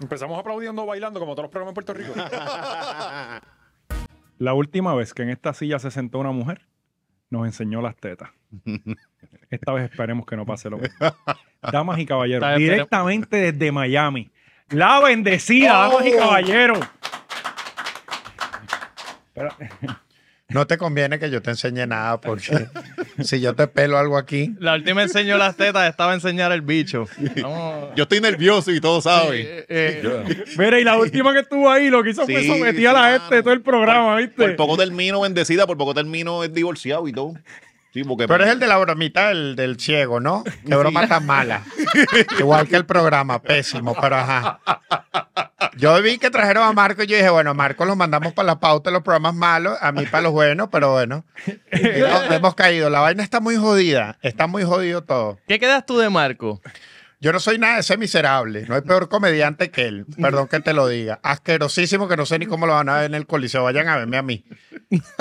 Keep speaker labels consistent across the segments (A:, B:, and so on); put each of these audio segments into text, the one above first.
A: Empezamos aplaudiendo bailando como todos los programas en Puerto Rico. La última vez que en esta silla se sentó una mujer, nos enseñó las tetas. Esta vez esperemos que no pase lo mismo. Damas y caballeros,
B: Está bien, pero-
A: directamente desde Miami. La bendecida, damas y caballeros. Espera.
C: No te conviene que yo te enseñe nada porque si yo te pelo algo aquí,
B: La última enseñó las tetas, estaba a enseñar el bicho. Vamos.
D: Yo estoy nervioso y todo sabe.
B: Eh, eh,
A: Mira, y la última que estuvo ahí, lo que hizo fue
D: Sí,
A: someter
D: sí,
A: a la
D: mano.
A: gente de todo el programa, ¿viste?
D: Por poco termino bendecida, por poco termino es divorciado y todo. Sí, porque
C: pero es el de la bromita del, del ciego, ¿no? Qué broma tan mala. Igual que el programa, pésimo, pero ajá. Yo vi que trajeron a Marco y yo dije, bueno, Marco lo mandamos para la pauta de los programas malos, a mí para los buenos, pero bueno. Y nos hemos caído. La vaina está muy jodida, está muy jodido todo.
B: ¿Qué quedas tú de Marco?
C: Yo no soy nada de ese miserable. No hay peor comediante que él. Perdón que te lo diga. Asquerosísimo que no sé ni cómo lo van a ver en el coliseo. Vayan a verme a mí.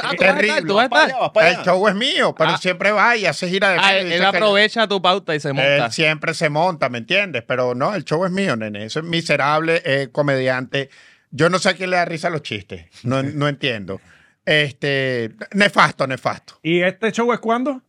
B: Ah, Tú
C: Terrible.
B: vas a
D: para
B: estar. pues.
D: allá, vas para
C: El
D: allá.
C: show es mío, pero
B: Ah.
C: siempre va y hace gira de
B: Ah,
C: medio y
B: él,
C: dice que
B: aprovecha tu pauta y se monta.
C: él siempre se monta, ¿me entiendes? Pero no, el show es mío, nene. Ese es miserable eh, comediante. Yo no sé a quién le da risa los chistes. No, no entiendo. Este, nefasto, nefasto.
A: ¿Y este show es cuándo?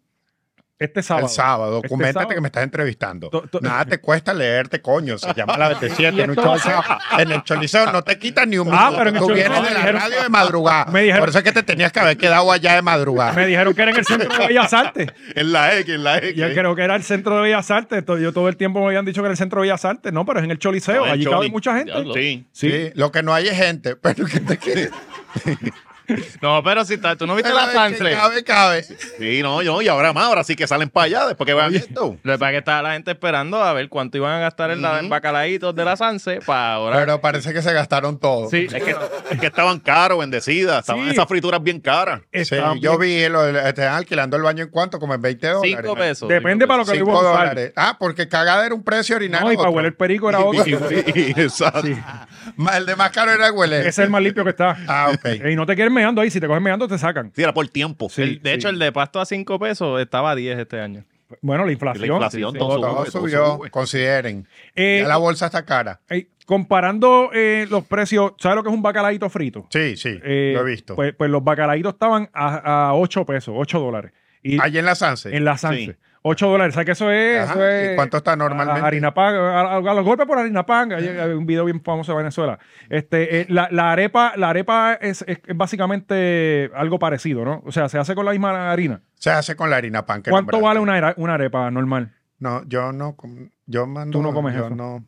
A: Este sábado.
C: El sábado,
A: Este
C: documentate
A: sábado.
C: que me estás entrevistando.
A: To- to-
C: Nada te cuesta leerte, coño. Se llama la 27 en, un
A: esto va a
C: choliseo. en el choliseo no te quitan ni un
A: Ah,
C: minuto.
A: pero en el
C: Tú
A: choliseo
C: vienes
A: me
C: de la
A: dijeron-
C: radio de madrugada.
A: me dijeron-
C: Por eso es que te tenías que haber quedado allá de madrugada.
A: Me dijeron que era en el centro de Bellas Artes.
D: En la X, en la X.
A: Yo creo que era el centro de Bellas Artes. To- Yo todo el tiempo me habían dicho que era el centro de Bellas Artes. No, pero es en el Choliseo.
D: No, en
A: Allí cabe
D: Choli.
A: mucha gente.
B: Diablo.
D: Sí.
C: Sí. lo que no hay es gente. Pero que te quieres.
B: No, pero si está- tú no viste
C: Pero es
B: la
C: que
B: Sanfle.
C: Cabe, cabe.
D: Sí, no, yo, y ahora más, ahora sí que salen para allá después que vean esto.
B: Lo que pasa es que estaba la gente esperando a ver cuánto iban a gastar en la en bacalaitos de la Sanse para ahora.
C: Pero parece que se gastaron todo. Sí.
B: sí,
D: Es que, es que estaban caros, bendecidas. Estaban
A: Sí.
D: esas frituras bien caras.
A: Estaban
C: yo
A: bien-
C: vi, lo, estaban alquilando el baño en cuánto, como en 20 dólares.
B: cinco pesos.
A: Depende
B: cinco
A: para lo que le
C: Cinco
A: iba a usar.
C: dólares. Ah, porque cagada era un precio, orinar
A: No, y para
C: otro.
A: huele el perico era otro.
D: Exacto.
A: Sí.
C: Ma- El de más caro era el
A: Ese
C: huele.
A: es el más limpio que está.
C: Ah, ok.
A: Y no te quieren meando ahí. Si te cogen meando, te sacan.
D: Sí, era por tiempo.
A: Sí.
B: El- de hecho, el de pasto a cinco pesos estaba a 10 este año.
A: Bueno, la
D: Y
A: inflación.
D: La inflación,
A: Sí, sí.
D: todo,
C: Todo
D: sube, todo
C: subió,
D: sube.
C: consideren.
A: Eh,
C: ya la bolsa está cara.
A: eh, comparando eh, los precios, ¿sabes lo que es un bacalaíto frito?
C: Sí, sí,
A: Eh,
C: lo he visto.
A: Pues, pues los bacalaitos estaban a, a 8 pesos, 8 dólares. Y
C: Allí en la Sanse.
A: en la Sanse. 8 dólares. ¿Sabes qué eso es?
C: Ajá,
A: Eso es-
C: ¿y cuánto está
A: a-
C: normalmente?
A: A, harina pan, a, a- a los golpes por harina pan. Hay, hay un video bien famoso de Venezuela. Este, eh, la, la arepa, la arepa es, es- es básicamente algo parecido, ¿no? O sea, se hace con la misma harina.
C: Se hace con la harina pan. que
A: ¿Cuánto
C: nombraste.
A: vale una, era- una arepa normal?
C: No, yo no. com- Yo mando.
A: Tú no comes
C: yo
A: eso.
C: no.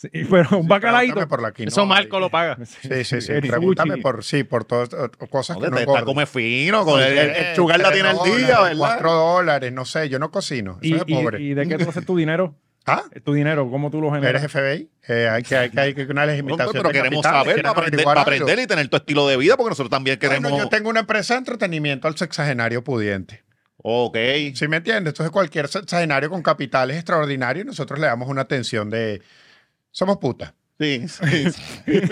A: Sí, pero un bacalaíto.
C: Pregúntame por la quinoa,
B: Eso Marco
C: ahí.
B: lo paga.
C: Sí, sí, sí.
A: El
C: Pregúntame
A: sushi.
C: por sí, por todas eh, cosas
D: No,
C: que
D: te-
C: no
D: te
C: engordan.
D: está come fino, con el, el- el chugar la
C: Tres
D: tiene el día,
C: dólares,
D: ¿verdad?
C: Cuatro dólares, no sé, yo no cocino. Soy
A: ¿Y, y-
C: pobre.
A: y de qué tú haces tu dinero?
C: ¿Ah?
A: ¿Tu dinero? ¿Cómo tú lo
C: ¿Eres
A: generas?
C: FBI? Eh, hay, que, hay, que, hay que una
D: No,
C: legislación.
D: pero
C: de
D: queremos
C: capitales,
D: saber
C: quieren
D: para aprender,
C: averiguar
D: para
C: algo.
D: aprender y tener tu estilo de vida, porque nosotros también queremos.
C: Bueno, yo tengo una empresa de entretenimiento al sexagenario pudiente.
D: Ok.
C: ¿Sí me entiendes? Entonces, cualquier sexagenario con capitales extraordinarios, nosotros le damos una atención de. Somos putas.
D: Sí, sí, sí.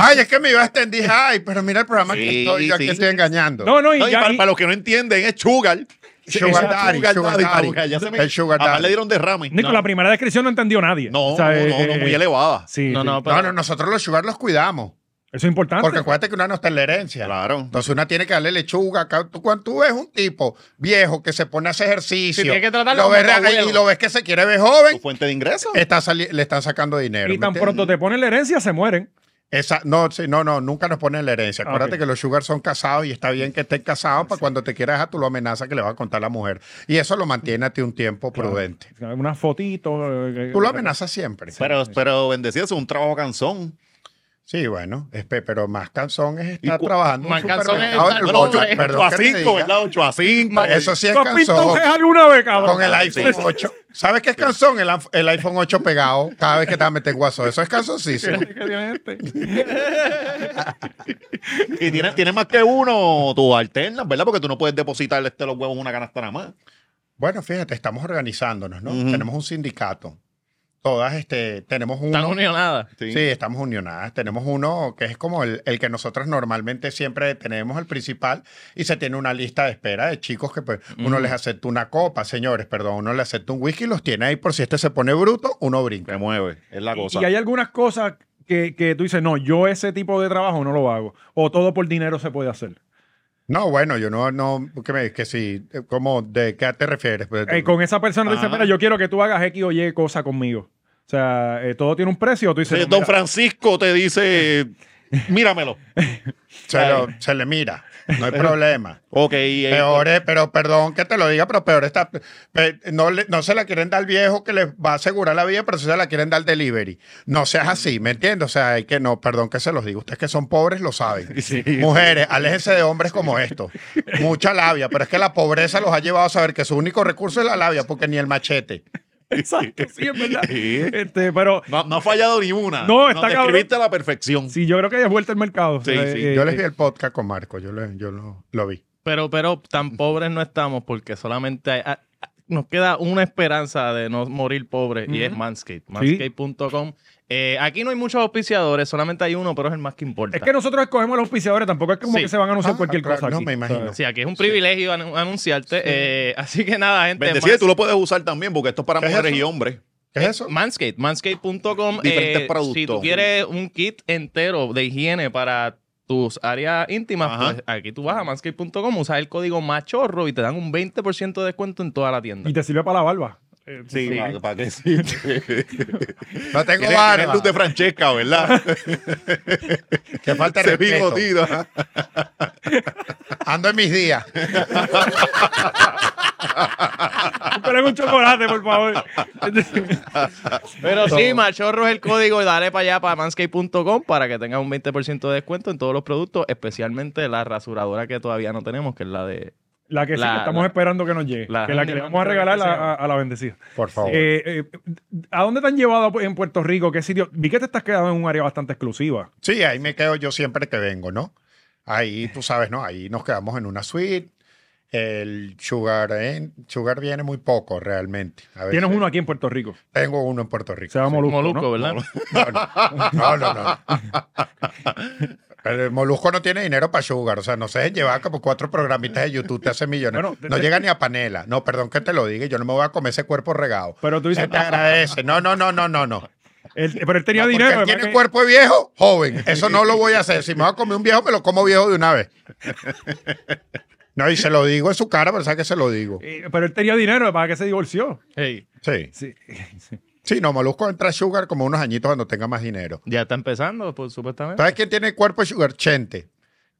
C: Ay, es que me iba a extender. Ay, pero mira el programa que
D: Sí,
C: estoy. Yo aquí
D: sí.
C: estoy engañando.
A: No, no, y
D: No, y
A: ya-
D: para,
A: y-
D: para los que no entienden, es chugar.
C: Sugar daddy, sugar daddy.
D: Ya se me-
C: El sugar
D: Además,
C: daddy.
D: le dieron derrame.
A: Nico,
D: No,
A: la primera descripción no entendió nadie.
D: no,
A: O sea,
D: no, no,
A: eh,
D: no, muy
A: eh,
D: elevada.
A: Sí,
B: No,
A: sí.
B: no, pero.
C: No, no, nosotros los sugar los cuidamos.
A: Eso es
B: Ah,
A: importante.
C: Porque acuérdate que una no está en la herencia.
D: Claro.
C: Entonces una tiene que darle lechuga. acá. Tú- Cuando tú ves un tipo viejo que se pone a hacer ejercicio
B: Sí, tiene que tratarlo
C: lo
B: como
C: ves
B: tu
C: re-
B: abuelo.
C: y lo ves que se quiere ver
D: ¿Tu
C: joven,
D: fuente de ingreso?
C: está sali- le están sacando dinero.
A: y
C: ¿me
A: tan
C: entiendes?
A: pronto te ponen la herencia, se mueren.
C: Esa- no, sí, no, no, nunca nos ponen la herencia.
A: Ah,
C: Acuérdate
A: ok.
C: que los sugar son casados y está bien que estén casados para cuando te quieras dejar tú lo amenazas que le va a contar la mujer. Y eso lo mantiene a ti un tiempo prudente.
A: Unas fotitos. eh,
C: Tú lo
A: eh,
C: amenazas siempre.
D: pero, pero bendecido, es un trabajo canzón.
C: Sí, bueno, espe- pero más canzón es
D: Y
C: estar
D: cu-
C: trabajando. en un
B: más canzón es
C: supermercado
B: estar
C: en el
B: pobre.
C: Bocho.
D: ocho
C: eh, Perdón
D: a
C: que te
D: 5,
C: diga.
D: ¿verdad? 8 a 5.
C: Eso sí es
A: ¿Tú has visto
C: canzón.
A: un alguna vez, cabrón?
C: Con el iPhone 8. ¿Sabes qué es canzón? El, af- el iPhone 8 pegado cada vez que te vas a meter guaso. Eso es canzoncísimo.
A: ¿Qué tiene este?
D: Y tienes, tienes más que uno, tú alternas, ¿verdad? Porque tú no puedes depositar este, los huevos en una canasta nada más.
C: Bueno, fíjate, estamos organizándonos, ¿no?
D: Ujú.
C: Tenemos un sindicato. todas este, tenemos uno.
B: Están unionadas.
C: Sí. estamos unionadas. Tenemos uno que es como el, el que nosotras normalmente siempre tenemos, el principal, y se tiene una lista de espera de chicos que pues, uno les acepta una copa, señores, perdón, uno le acepta un whisky, los tiene ahí por si este se pone bruto, uno brinca.
D: Me mueve, es la cosa.
A: Y hay algunas cosas que, que tú dices, no, yo ese tipo de trabajo no lo hago. O todo por dinero se puede hacer.
C: No, bueno, yo no, no, que me, que sí, eh, ¿cómo, de qué te refieres? Pues,
A: Eh, con esa persona dice,
D: Ajá.
A: mira, yo quiero que tú hagas X o Y cosa conmigo. O sea, eh, todo tiene un precio. Tú dices,
D: Sí,
A: no,
D: Don
A: mira,
D: Francisco te dice, míramelo.
C: se, lo- se le mira, no hay problema.
D: Ok, eh,
C: Peores, pero perdón que te lo diga, pero peor está. pe- no, le- no se la quieren dar al viejo que les va a asegurar la vida, pero sí se la quieren dar al delivery. No seas así, ¿me entiendes? O sea, hay que no, perdón que se los digo. Ustedes que son pobres lo saben.
D: Sí.
C: Mujeres, aléjense de hombres como estos. Mucha labia, pero es que la pobreza los ha llevado a saber que su único recurso es la labia, porque ni el machete.
A: Exacto, sí, es verdad.
D: Sí.
A: Este, pero
D: No, no ha fallado ni una.
A: No, está
D: te
A: cabrón.
D: escribiste a la perfección.
A: sí, yo creo que ya es vuelta el mercado. Eh,
D: Sí, sí.
C: Yo les vi el podcast con Marco, yo, le- yo lo, lo vi.
B: Pero, pero tan pobres no estamos porque solamente hay- a- a- nos queda una esperanza de no morir pobres y es Manscaped. Manscaped.com. Eh, aquí no hay muchos auspiciadores, solamente hay uno, pero es el más que importa.
A: Es que nosotros escogemos los auspiciadores, tampoco es como
B: Sí.
A: que se van a anunciar
C: Ah,
A: cualquier
C: claro,
A: cosa.
C: no
A: aquí.
C: me imagino.
A: O sea,
B: Sí, aquí es un privilegio anu- anunciarte. eh, así que nada, gente.
D: Bendecido,
B: Mans-
D: tú lo puedes usar también porque esto es para
C: ¿Qué es
D: mujeres
C: eso?
D: y hombres.
C: ¿Qué es eso?
B: Manscaped, manscaped.com.
D: Diferentes
B: eh,
D: productos.
B: Si tú quieres un kit entero de higiene para tus áreas íntimas,
D: Ajá.
B: pues aquí tú vas a manscaped.com, usas el código machorro y te dan un 20% de descuento en toda la tienda.
A: Y te sirve para la barba. Eh,
B: Sí.
D: ¿Para, para qué sí?
C: No tengo
D: Tiene- tiene
C: barba.
D: luz de Francesca, ¿verdad?
C: Que falta de
D: Se
C: respeto.
D: bigotida.
C: Ando en mis días.
A: Buscarán un chocolate, por favor.
B: Pero sí, machorro es el código y dale para allá para manscape.com para que tengas un 20% de descuento en todos los productos, especialmente la rasuradora que todavía no tenemos, que es la de...
A: la que sí,
B: La-
A: que estamos
B: la-
A: esperando que nos llegue.
B: la-
A: que la que le vamos a regalar la- a, a la bendecida.
C: Por
B: Oh.
C: favor.
A: Eh, eh, ¿A dónde te han llevado en Puerto Rico? ¿Qué sitio? Vi que te estás quedando en un área bastante exclusiva.
C: Sí, ahí me quedo yo siempre que vengo, ¿no? Ahí, tú sabes, ¿no? Ahí nos quedamos en una suite. El Sugar, eh, Sugar viene muy poco realmente. A veces
A: Tienes uno aquí en Puerto Rico.
C: Tengo uno en Puerto Rico.
A: Se llama Molusco,
B: Moluco,
A: ¿no?
B: ¿verdad?
C: No, no, no. no, no. Pero el Molusco no tiene dinero para Sugar. O sea, no se lleva como cuatro programitas de YouTube, te hace millones.
A: Bueno, te-
C: no
A: te-
C: llega ni a panela. No, perdón que te lo diga. Yo no me voy a comer ese cuerpo regado.
A: Pero tú dices,
C: Se te
A: ah.
C: agradece. No, no, no, no, no, no.
A: él- pero él tenía
C: No, porque
A: dinero.
C: él
A: ¿verdad
C: tiene
A: que-
C: cuerpo de viejo, joven. Eso no lo voy a hacer. Si me voy a comer un viejo, me lo como viejo de una vez. No, y se lo digo en su cara, pero sabe que se lo digo.
A: eh, pero él tenía dinero, ¿para que se divorció?
B: Ey,
C: Sí.
A: Sí. sí.
C: Sí, no, Molusco entra a Sugar como unos añitos cuando tenga más dinero.
B: ya está empezando, pues, supuestamente.
C: ¿Sabes quién tiene cuerpo de Sugar? Chente.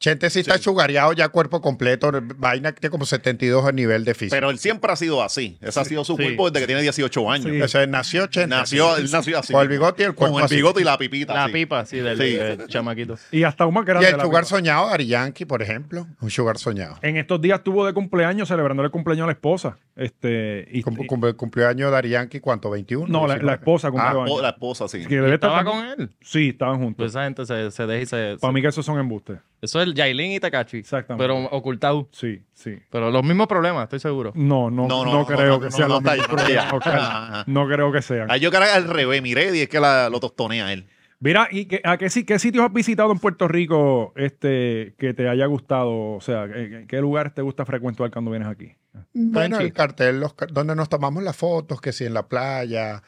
C: Chente sí está sugareado ya cuerpo completo, vaina que tiene como 72 a nivel de físico.
D: Pero él siempre ha sido así. Ese ha sido su
B: Sí.
D: cuerpo desde que tiene 18 años.
A: Sí.
C: O sea, nació Chente.
D: Nació, él nació así.
C: Con el bigote y el cuerpo
D: Con el
C: así.
D: bigote y la pipita.
B: La
D: así.
B: pipa, sí, del,
D: Sí.
B: del chamaquito.
A: Y hasta un más
C: Y
A: grande.
C: el
A: la
C: Sugar
A: pipa.
C: soñado, Ari Yankee, por ejemplo. Un Sugar soñado.
A: En estos días estuvo de cumpleaños, celebrando el cumpleaños a la esposa. Este, y,
C: Cum- cum- cumplió año de Ari Yankee, ¿cuánto? ¿21?
A: no, la, la
C: 19.
A: esposa cumplió
B: Ah,
D: O
A: años.
D: la esposa, sí.
A: Que debe estar
B: oh, ¿Estaba
A: también-
B: con él?
A: Sí, estaban juntos.
B: Pues esa gente se, se deja y se...
A: Para mí que esos son embustes.
B: Eso es el Yailin y Takachi.
A: Exactamente.
B: Pero ocultado.
A: Sí, sí.
B: Pero los mismos problemas, estoy seguro.
A: No, no, no, creo que
D: no,
A: sea
D: no,
A: lo
D: no,
A: mismo.
D: está
A: No,
D: ahí, está ahí. Ajá,
A: creo-
D: ajá.
A: no creo que sean.
D: Ah, yo creo que al revés, Miredi es que la- lo tostonea él.
A: Mira, ¿y qué, a qué, si- qué sitios has visitado en Puerto Rico este, que te haya gustado? O sea, ¿qué, qué lugares te gusta frecuentar cuando vienes aquí?
C: Bueno,
B: Panchi.
C: el cartel los car- donde nos tomamos las fotos, que si en la playa.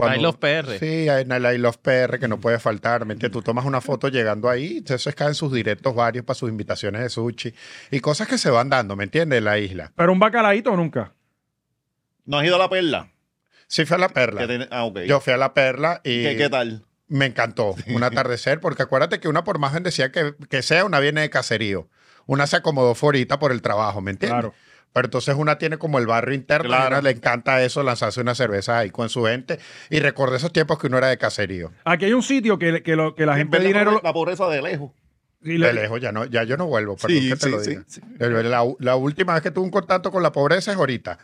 B: I Love PR.
C: Sí, en el I Love PR, que no puede faltar. ¿me entiendes? Tú tomas una foto llegando ahí, eso es caen sus directos varios para sus invitaciones de sushi y cosas que se van dando, ¿me entiendes? En la isla.
A: Pero un bacalaíto nunca.
D: ¿No has ido a la perla?
C: Sí, fui a la
D: Que
C: perla.
D: tiene- ah, ok.
C: Yo fui a la perla y
D: ¿Qué, qué tal?
C: me encantó. Un atardecer, porque acuérdate que una por más bendecida que, que sea, una viene de caserío. Una se acomodó forita por el trabajo, ¿me entiendes?
A: Claro.
C: Pero entonces una tiene como el barrio interno, y
D: Claro.
C: una le encanta eso, lanzarse una cerveza ahí con su gente. Y recordé esos tiempos que uno era de caserío.
A: Aquí hay un sitio que, que, lo, que la gente de
D: Ves
A: dinero...
D: pobre- La pobreza de lejos.
A: Y
C: De
A: le-
C: lejos, ya, no, ya yo no vuelvo, perdón
D: Sí,
C: que te
D: sí,
C: lo
D: sí,
C: diga. La, la última vez que tuve un contacto con la pobreza es ahorita.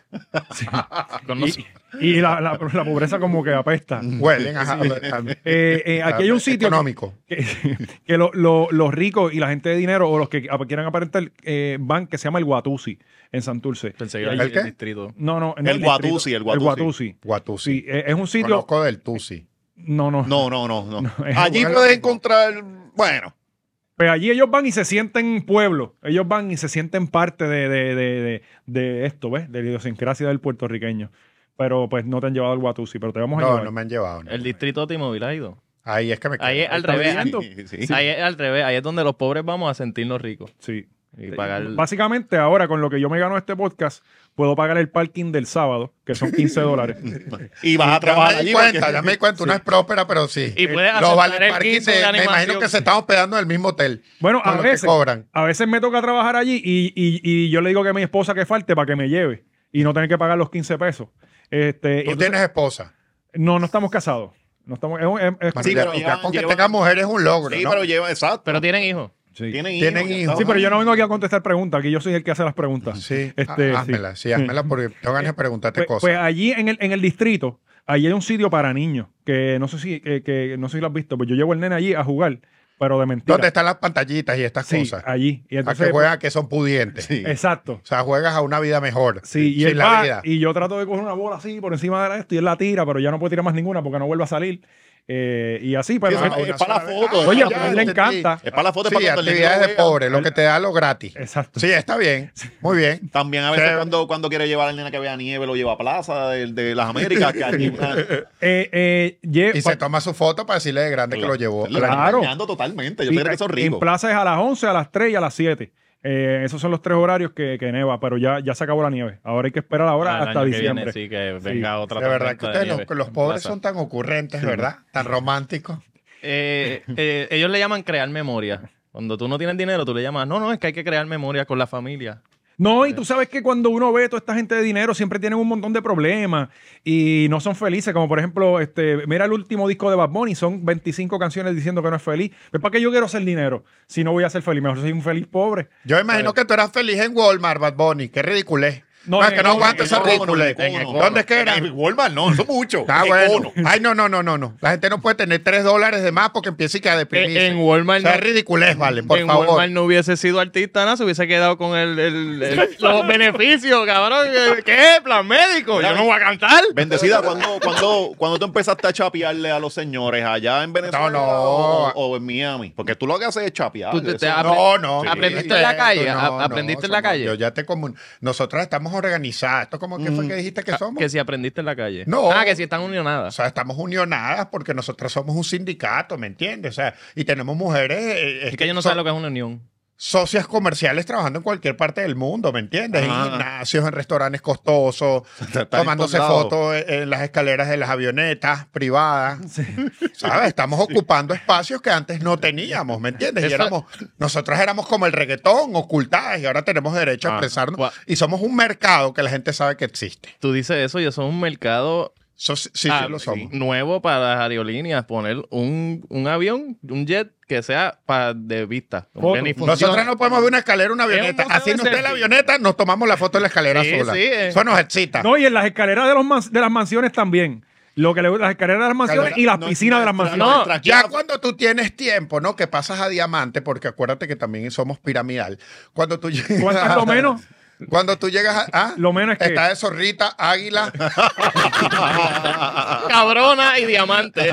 B: Ah, Con los-
A: Ah, y, y la, la- la pobreza como que apesta.
C: Huelen ajá, a- a-
A: Eh, eh, aquí hay un sitio que-
C: Mm. Económico.
A: que, que lo- lo- los ricos y la gente de dinero o los que ap- quieran aparentar eh, van que se llama el Guatusi en Santurce.
B: Pensé que
A: Y
B: era
A: ahí-
B: el,
C: ¿El qué?
B: distrito.
A: No, no, en
D: El
A: distrito.
D: Guatusi, el
A: El
D: Guatusi.
A: Guatusi.
C: Guatusi.
A: Sí, eh, es un sitio.
C: Conozco del Tusi.
A: No, no,
D: No, no, no, no.
A: No, es
D: Allí
C: jugar-
D: puedes encontrar, bueno,
A: Pero Pues allí ellos van y se sienten pueblo. Ellos van y se sienten parte de, de- de- de- de esto, ¿ves? De la idiosincrasia del puertorriqueño. Pero pues no te han llevado al Guatusi, pero te vamos a
C: No,
A: llevar.
C: no me han llevado. no.
B: El distrito T-Mobile ha ido.
C: Ahí es que me quedo.
B: Ahí es al
A: está
B: revés.
A: brillando.
D: Sí.
B: Ahí es al revés. Ahí es donde los pobres vamos a sentirnos ricos.
A: Sí. Eh,
B: Y pagar.
A: Básicamente, ahora con lo que yo me gano este podcast, puedo pagar el parking del sábado, que son 15 dólares.
D: y vas a trabajar
C: Ya me
D: allí.
C: di cuenta,
D: porque-
C: ya me di cuenta, una es próspera, pero sí.
B: Y puedes
C: Los
B: aceptar
C: vale
B: el
C: parking
B: 15
C: de-
B: de
C: me imagino
B: animación.
C: que se están hospedando en el mismo hotel.
A: Bueno,
C: con
A: a
C: lo que
A: veces,
C: cobran.
A: a veces me toca trabajar allí y, y- y yo le digo que a mi esposa que falte para que me lleve y no tener que pagar los 15 pesos. Este,
C: Tú
A: entonces-
C: tienes esposa.
A: No, no estamos casados. No estamos, es un- es- es-
C: Bueno,
D: Sí,
C: ya-
D: pero
C: ya
D: llevan-
C: con que
D: llevan-
C: tenga mujer es un logro,
D: Sí,
C: ¿no?
D: pero lleva, exacto.
B: Pero tienen hijos.
A: sí.
D: Tienen hijos.
C: Tienen
D: ya
C: hijos.
A: Sí,
D: está.
A: pero yo no vengo aquí a contestar preguntas, que yo soy el que hace las preguntas.
C: Sí,
A: Este,
C: há-
A: sí.
C: Ah, házmela, sí, házmela porque tengo ganas de preguntarte
A: Pues,
C: cosas.
A: pues allí en el, en el distrito, allí hay un sitio para niños, que no sé si, que, que no sé si lo has visto, pero yo llevo el nene allí a jugar, pero de mentira.
C: ¿Dónde están las pantallitas y estas
A: Sí,
C: cosas?
A: allí. Y
C: A
A: entonces,
C: que juegan a que son pudientes.
D: Sí.
A: Exacto.
C: O sea, juegas a una vida mejor.
A: Sí, y,
C: sin
A: él
C: la
A: va,
C: vida.
A: y yo trato de coger una bola así por encima de la esto y él la tira, pero ya no puede tirar más ninguna porque no vuelve a salir. Eh, y así, pero...
D: Eso
C: Ah,
D: es-
C: una
D: es para la
C: sola vez.
D: foto,
C: Ah,
D: es
A: Oye,
D: ya,
A: pero a él
D: ya,
A: le
D: ya,
A: encanta.
D: Es para la foto, es
C: Sí,
D: para cuando el niño
C: actividades de
D: vea.
C: pobre, lo que te da lo gratis.
A: Exacto.
C: Sí, está bien. Muy bien.
D: También a veces
C: Sí.
D: cuando, cuando quiere llevar al nena que vea nieve, lo lleva a Plaza de, de las Américas. Que allí una-
A: Eh, eh, lle-
C: Y se toma su foto para decirle de grande que lo llevó.
D: Lo están
A: Claro.
D: engañando totalmente. Yo
A: Sí,
D: creo que son
A: En
D: ricos.
A: plaza es a las 11, a las 3 y a las 7. Eh, esos son los tres horarios que, que neva, pero ya, ya se acabó la nieve. Ahora hay que esperar ahora
B: Ah, el
A: hasta
B: año que
A: diciembre.
B: viene, sí, que venga otra
C: De verdad que
B: tormenta de
C: ustedes,
B: nieve
C: los, los
B: en
C: pobres
B: plaza.
C: son tan ocurrentes, ¿verdad? Tan románticos.
B: Eh, eh, ellos le llaman crear memoria. Cuando tú no tienes dinero, tú le llamas, no, no, es que hay que crear memoria con la familia.
A: No, y tú sabes que cuando uno ve toda esta gente de dinero, siempre tienen un montón de problemas y no son felices. Como por ejemplo, este, mira el último disco de Bad Bunny, son 25 canciones diciendo que no es feliz. Pero ¿para qué yo quiero hacer dinero si no voy a ser feliz? Mejor soy un feliz pobre.
C: Yo imagino que tú eras feliz en Walmart, Bad Bunny. Qué ridiculez.
A: No,
C: No, es
A: en
C: que
A: el
C: no
A: Walmart,
C: aguanto
A: en
C: esa
A: el
C: ridiculez.
B: en el
C: ¿Dónde es que era?
D: En Walmart, no, eso es mucho.
C: Está
D: En
C: bueno.
D: Econo.
C: Ay, no, no, no, no, no. La gente no puede tener tres dólares de más porque empieza y que a deprimirse.
B: en Walmart
C: O sea,
B: no-
C: es ridiculez, vale, por
B: en
C: favor.
B: Walmart no hubiese sido artista, nada, se hubiese quedado con el, el- el- los beneficios, cabrón. ¿Qué? ¿Plan médico? Yo no voy a cantar.
D: Bendecida, cuando, cuando, cuando tú empezaste a chapearle a los señores allá en Venezuela
C: No, no.
D: O, o en Miami. Porque tú lo que haces es chapear.
B: Tú te- te
D: Eso-
B: apre-
C: No, no.
D: Sí.
B: ¿Aprendiste en la calle?
C: No,
B: ¿A-
C: no,
B: aprendiste en la
C: somos-
B: calle?
C: Yo ya te comun... Nosotros estamos organizadas. ¿Esto cómo que fue que dijiste que somos?
B: Mm, ah, Que si aprendiste en la calle.
C: No.
B: Ah, que si están
C: O
B: unionadas.
C: sea, estamos unionadas porque nosotros somos un sindicato, ¿me entiendes? O sea, y tenemos mujeres... eh,
B: Es
C: este,
B: que yo no
C: so-
B: sé lo que es una unión.
C: Socias comerciales trabajando en cualquier parte del mundo, ¿me entiendes? En
D: Ajá.
C: gimnasios, en restaurantes costosos,
D: está
C: tomándose
D: disponible.
C: fotos e-, en, en las escaleras de las avionetas privadas. ¿Sabes? Estamos ocupando espacios que antes no teníamos, ¿me entiendes? Y
B: Eso-
C: éramos, nosotros éramos como el reggaetón, ocultadas, y ahora tenemos derecho a
B: Ah,
C: expresarnos.
B: gua-
C: Y somos un mercado que la gente sabe que existe.
B: Tú dices eso y eso es un mercado
C: Eso sí, sí, sí
B: Ah,
C: lo somos.
B: nuevo para las aerolíneas, poner un, un avión, un jet que sea para de vista. como
A: Foto.
B: que ni funciona.
C: Nosotros no podemos ver una escalera, una avioneta.
B: Es un museo
C: Así
B: de
C: no esté la
B: selfie.
C: avioneta, nos tomamos la foto en la escalera
B: Sí,
C: sola.
B: sí, eh.
C: Eso nos excita.
D: Ah.
A: No, y en las escaleras de, los mans- de las mansiones también. Lo que le las escaleras de las mansiones
C: Escalera-
A: y las
D: no,
A: piscinas de las
D: nuestra-
A: mansiones.
D: nuestra-
C: Ya cuando tú tienes tiempo, ¿no? Que pasas a diamante, porque acuérdate que también somos piramidal. Cuando tú llegas.
A: ¿Cuánto es lo menos?
C: Cuando tú llegas a. ah,
A: Lo menos es que-
C: Está de zorrita, águila.
B: Ah. Cabrona y diamante.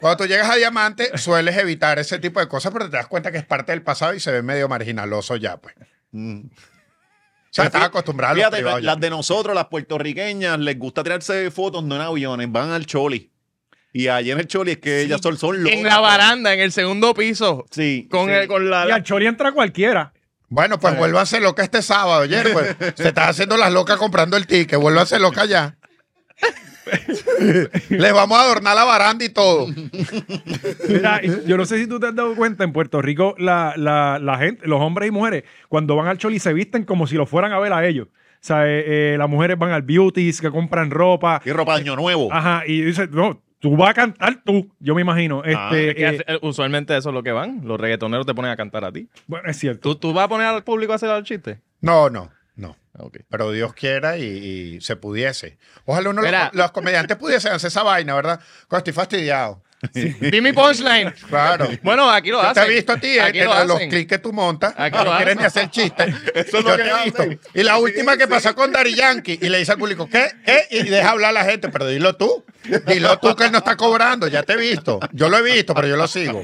C: Cuando tú llegas a diamante, sueles evitar ese tipo de cosas, pero te das cuenta que es parte del pasado y se ve medio marginaloso ya, pues.
D: Mm.
C: O sea, estás acostumbrado a los
D: Fíjate,
C: privados ya.
D: las de nosotros, las puertorriqueñas, les gusta tirarse fotos no en aviones, van al choli. Y allá en el choli es que ellas son, son locas.
B: en la baranda, en el segundo piso.
D: Sí.
B: Con,
D: sí.
B: el, con la...
A: Y al choli entra cualquiera.
C: Bueno, pues vuélvanse loca este sábado, ayer, pues. Se está haciendo las locas comprando el ticket, vuélvanse loca ya. Les vamos a adornar la baranda y todo.
A: Mira, yo no sé si tú te has dado cuenta, en Puerto Rico la, la- la gente, los hombres y mujeres, cuando van al choli se visten como si lo fueran a ver a ellos. O sea, eh, eh, las mujeres van al beauty, que compran ropa.
D: Y ropa de año nuevo.
A: Ajá, y dice, no, Tú vas a cantar tú, yo me imagino. Este,
B: Ah, es que
A: eh,
B: hace- eh, usualmente eso es lo que van. Los reggaetoneros te ponen a cantar a ti.
A: bueno, es cierto.
B: ¿Tú, tú vas a poner al público a hacer el chiste? Ah,
C: No, no, no.
B: Ok.
C: Pero Dios quiera y, y se pudiese. Ojalá uno,
B: Mira.
C: los, los comediantes pudiesen hacer esa vaina, ¿verdad? Cuando estoy fastidiado.
B: Di mi punchline.
C: Claro.
B: Bueno, aquí lo
C: Yo te
B: hacen.
C: he visto a ti, eh,
B: Aquí
C: en
B: lo
C: los
B: hacen.
C: clics que tú montas.
B: Aquí lo
C: no quieres
B: hacen.
C: ni hacer chistes.
D: Eso es lo
C: Yo
D: que
C: te he visto.
D: hacen.
C: Y la última que pasó con Dari Yankee y le dice al público, ¿qué? ¿Qué? Y deja hablar a la gente, pero dilo tú. Dilo tú que él no está cobrando, ya te he visto. Yo lo he visto, pero yo lo sigo.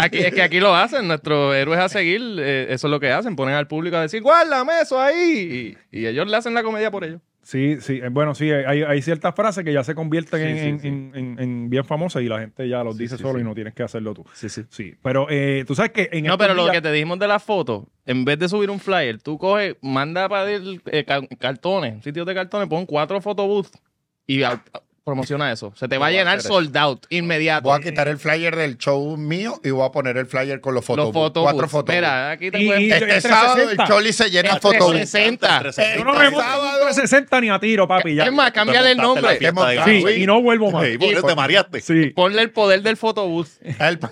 B: Aquí- es que aquí lo hacen. Nuestros héroes a seguir, eh, eso es lo que hacen. Ponen al público a decir, guárdame eso ahí. Y, y ellos le hacen la comedia por ellos.
A: Sí, sí. eh, Bueno, sí, eh, hay, hay ciertas frases que ya se convierten
B: Sí,
A: en,
B: sí,
A: en-
B: sí.
A: en- en- en bien famosas y la gente ya los
B: Sí,
A: dice
B: sí,
A: solo
B: sí.
A: y no tienes que hacerlo tú.
B: Sí, sí.
A: Sí, pero eh, tú sabes que en
B: No,
A: estos
B: pero lo
A: días-
B: que te dijimos de la foto, en vez de subir un flyer, tú coges, manda a pedir eh, ca- cartones, sitios de cartones, pon cuatro photobooths y a- a- promociona eso. Se te va a llenar sold out inmediato.
C: Voy a quitar el flyer del show mío y voy a poner el flyer con los fotos.
B: Los fotos.
C: Cuatro fotos.
B: Mira, aquí te
A: Y-
B: pueden-
A: y-
C: Este
A: el
C: sábado el
A: 360.
C: Choli se llena
B: El
C: fotos.
B: 360.
A: Yo no me monto en un 360 ni a tiro, papi. Ya.
B: Es más, cambiarle el nombre.
A: Sí, y no vuelvo más.
D: Y te mareaste.
A: Sí.
B: Ponle el poder del photobooth.
C: El,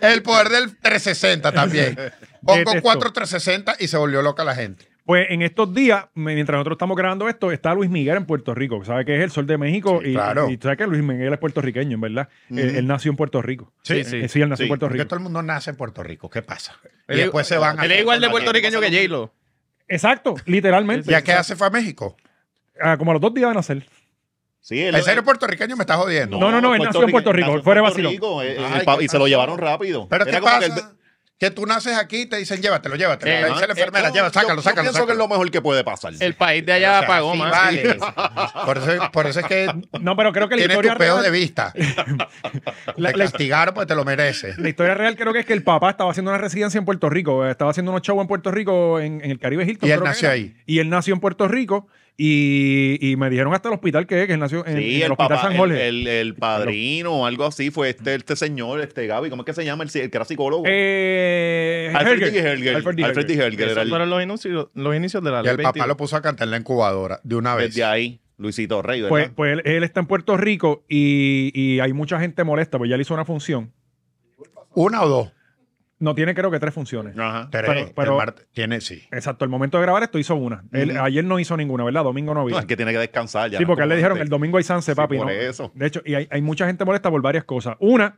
C: el poder del 360 también. Pongo
A: Detesto.
C: cuatro 360 y se volvió loca la gente.
A: Pues en estos días, me- mientras nosotros estamos grabando esto, está Luis Miguel en Puerto Rico. ¿Sabe que es el sol de México?
C: Sí,
A: y,
C: claro.
A: y tú sabes que Luis Miguel es puertorriqueño, en verdad. él, él nació en Puerto Rico.
B: Sí, sí.
A: Eh, Sí, él nació en
D: Sí,
A: Puerto
C: Porque
A: Rico.
C: todo el mundo nace en Puerto Rico. ¿Qué pasa? Y
B: Él-
C: después se van a.
B: Él es igual de
D: Aquí,
B: puertorriqueño que
D: pasa
B: J-Lo.
A: Exacto, literalmente.
C: ¿Ya qué hace? Fue a México.
A: Ah, como a los dos días de nacer.
D: Sí,
C: ¿En serio puertorriqueño me está jodiendo?
A: No, no, no, él nació en Puerto Rico, fuera vacilón.
C: Ay, ¿qué
D: Y se lo
C: pasa?
D: llevaron rápido.
C: Pero ¿qué
D: Era como
C: pasa?
D: que
C: Que,
D: el-
C: tú naces aquí y te dicen llévatelo, llévatelo.
B: Eh,
C: Le dice la enfermera, llévatelo, sácalo,
D: Ah, yo- yo
C: sácalo.
D: pienso que es
C: sácalo.
D: lo mejor que puede pasar.
B: El país de
C: O
B: allá
C: sea,
B: pagó
C: sí
B: más.
C: vale. Por eso, por eso es que
A: No, pero creo que la
C: tienes tu
A: historia
C: peo
A: real.
C: de vista.
A: la-
C: Te
A: la-
C: castigaron porque te lo mereces.
A: La historia real creo que es que el papá estaba haciendo una residencia en Puerto Rico, eh, estaba haciendo unos shows en Puerto Rico, en, en el Caribe Hilton.
C: Y él
A: creo que
C: nació
A: era.
C: ahí.
A: Y él nació en Puerto Rico y, y me dijeron hasta el hospital que es, que él nació en, en
D: Sí,
A: el,
D: el,
A: Hospital
D: papá,
A: San Jorge.
D: El, el- el padrino o algo así fue este, este señor, este Gaby, ¿cómo es que se llama? El, el que era psicólogo.
A: Eh,
D: Alfred D.
A: Helger.
D: Helger.
A: Alfred D.
D: Alfred D.
A: Helger.
D: Helger era
B: Esos
D: el-
B: fueron los inicios, los inicios de la
C: Y el
B: ley
C: papá
B: 22.
C: lo puso a cantar en la incubadora de una vez.
D: Desde ahí, Luisito Rey, ¿verdad?
A: Pues, pues él, él está en Puerto Rico y, y hay mucha gente molesta, pues ya le hizo una función.
C: Una o dos.
A: No tiene creo que tres funciones.
D: Ajá.
C: Tres.
A: Pero-
C: El
A: pero-
C: mart- tiene, sí.
A: Exacto, el momento de grabar esto hizo una. Él-
D: Ujú.
A: Ayer no hizo ninguna, ¿verdad? Domingo no
D: No,
A: vino.
D: es que tiene que descansar ya.
A: Sí,
D: ¿no?
A: porque a él
D: Como
A: le dijeron
D: antes.
A: el domingo hay Sanse,
D: Sí,
A: papi.
D: por
A: ¿no?
D: eso.
A: De hecho, y hay, hay mucha gente molesta por varias cosas. Una,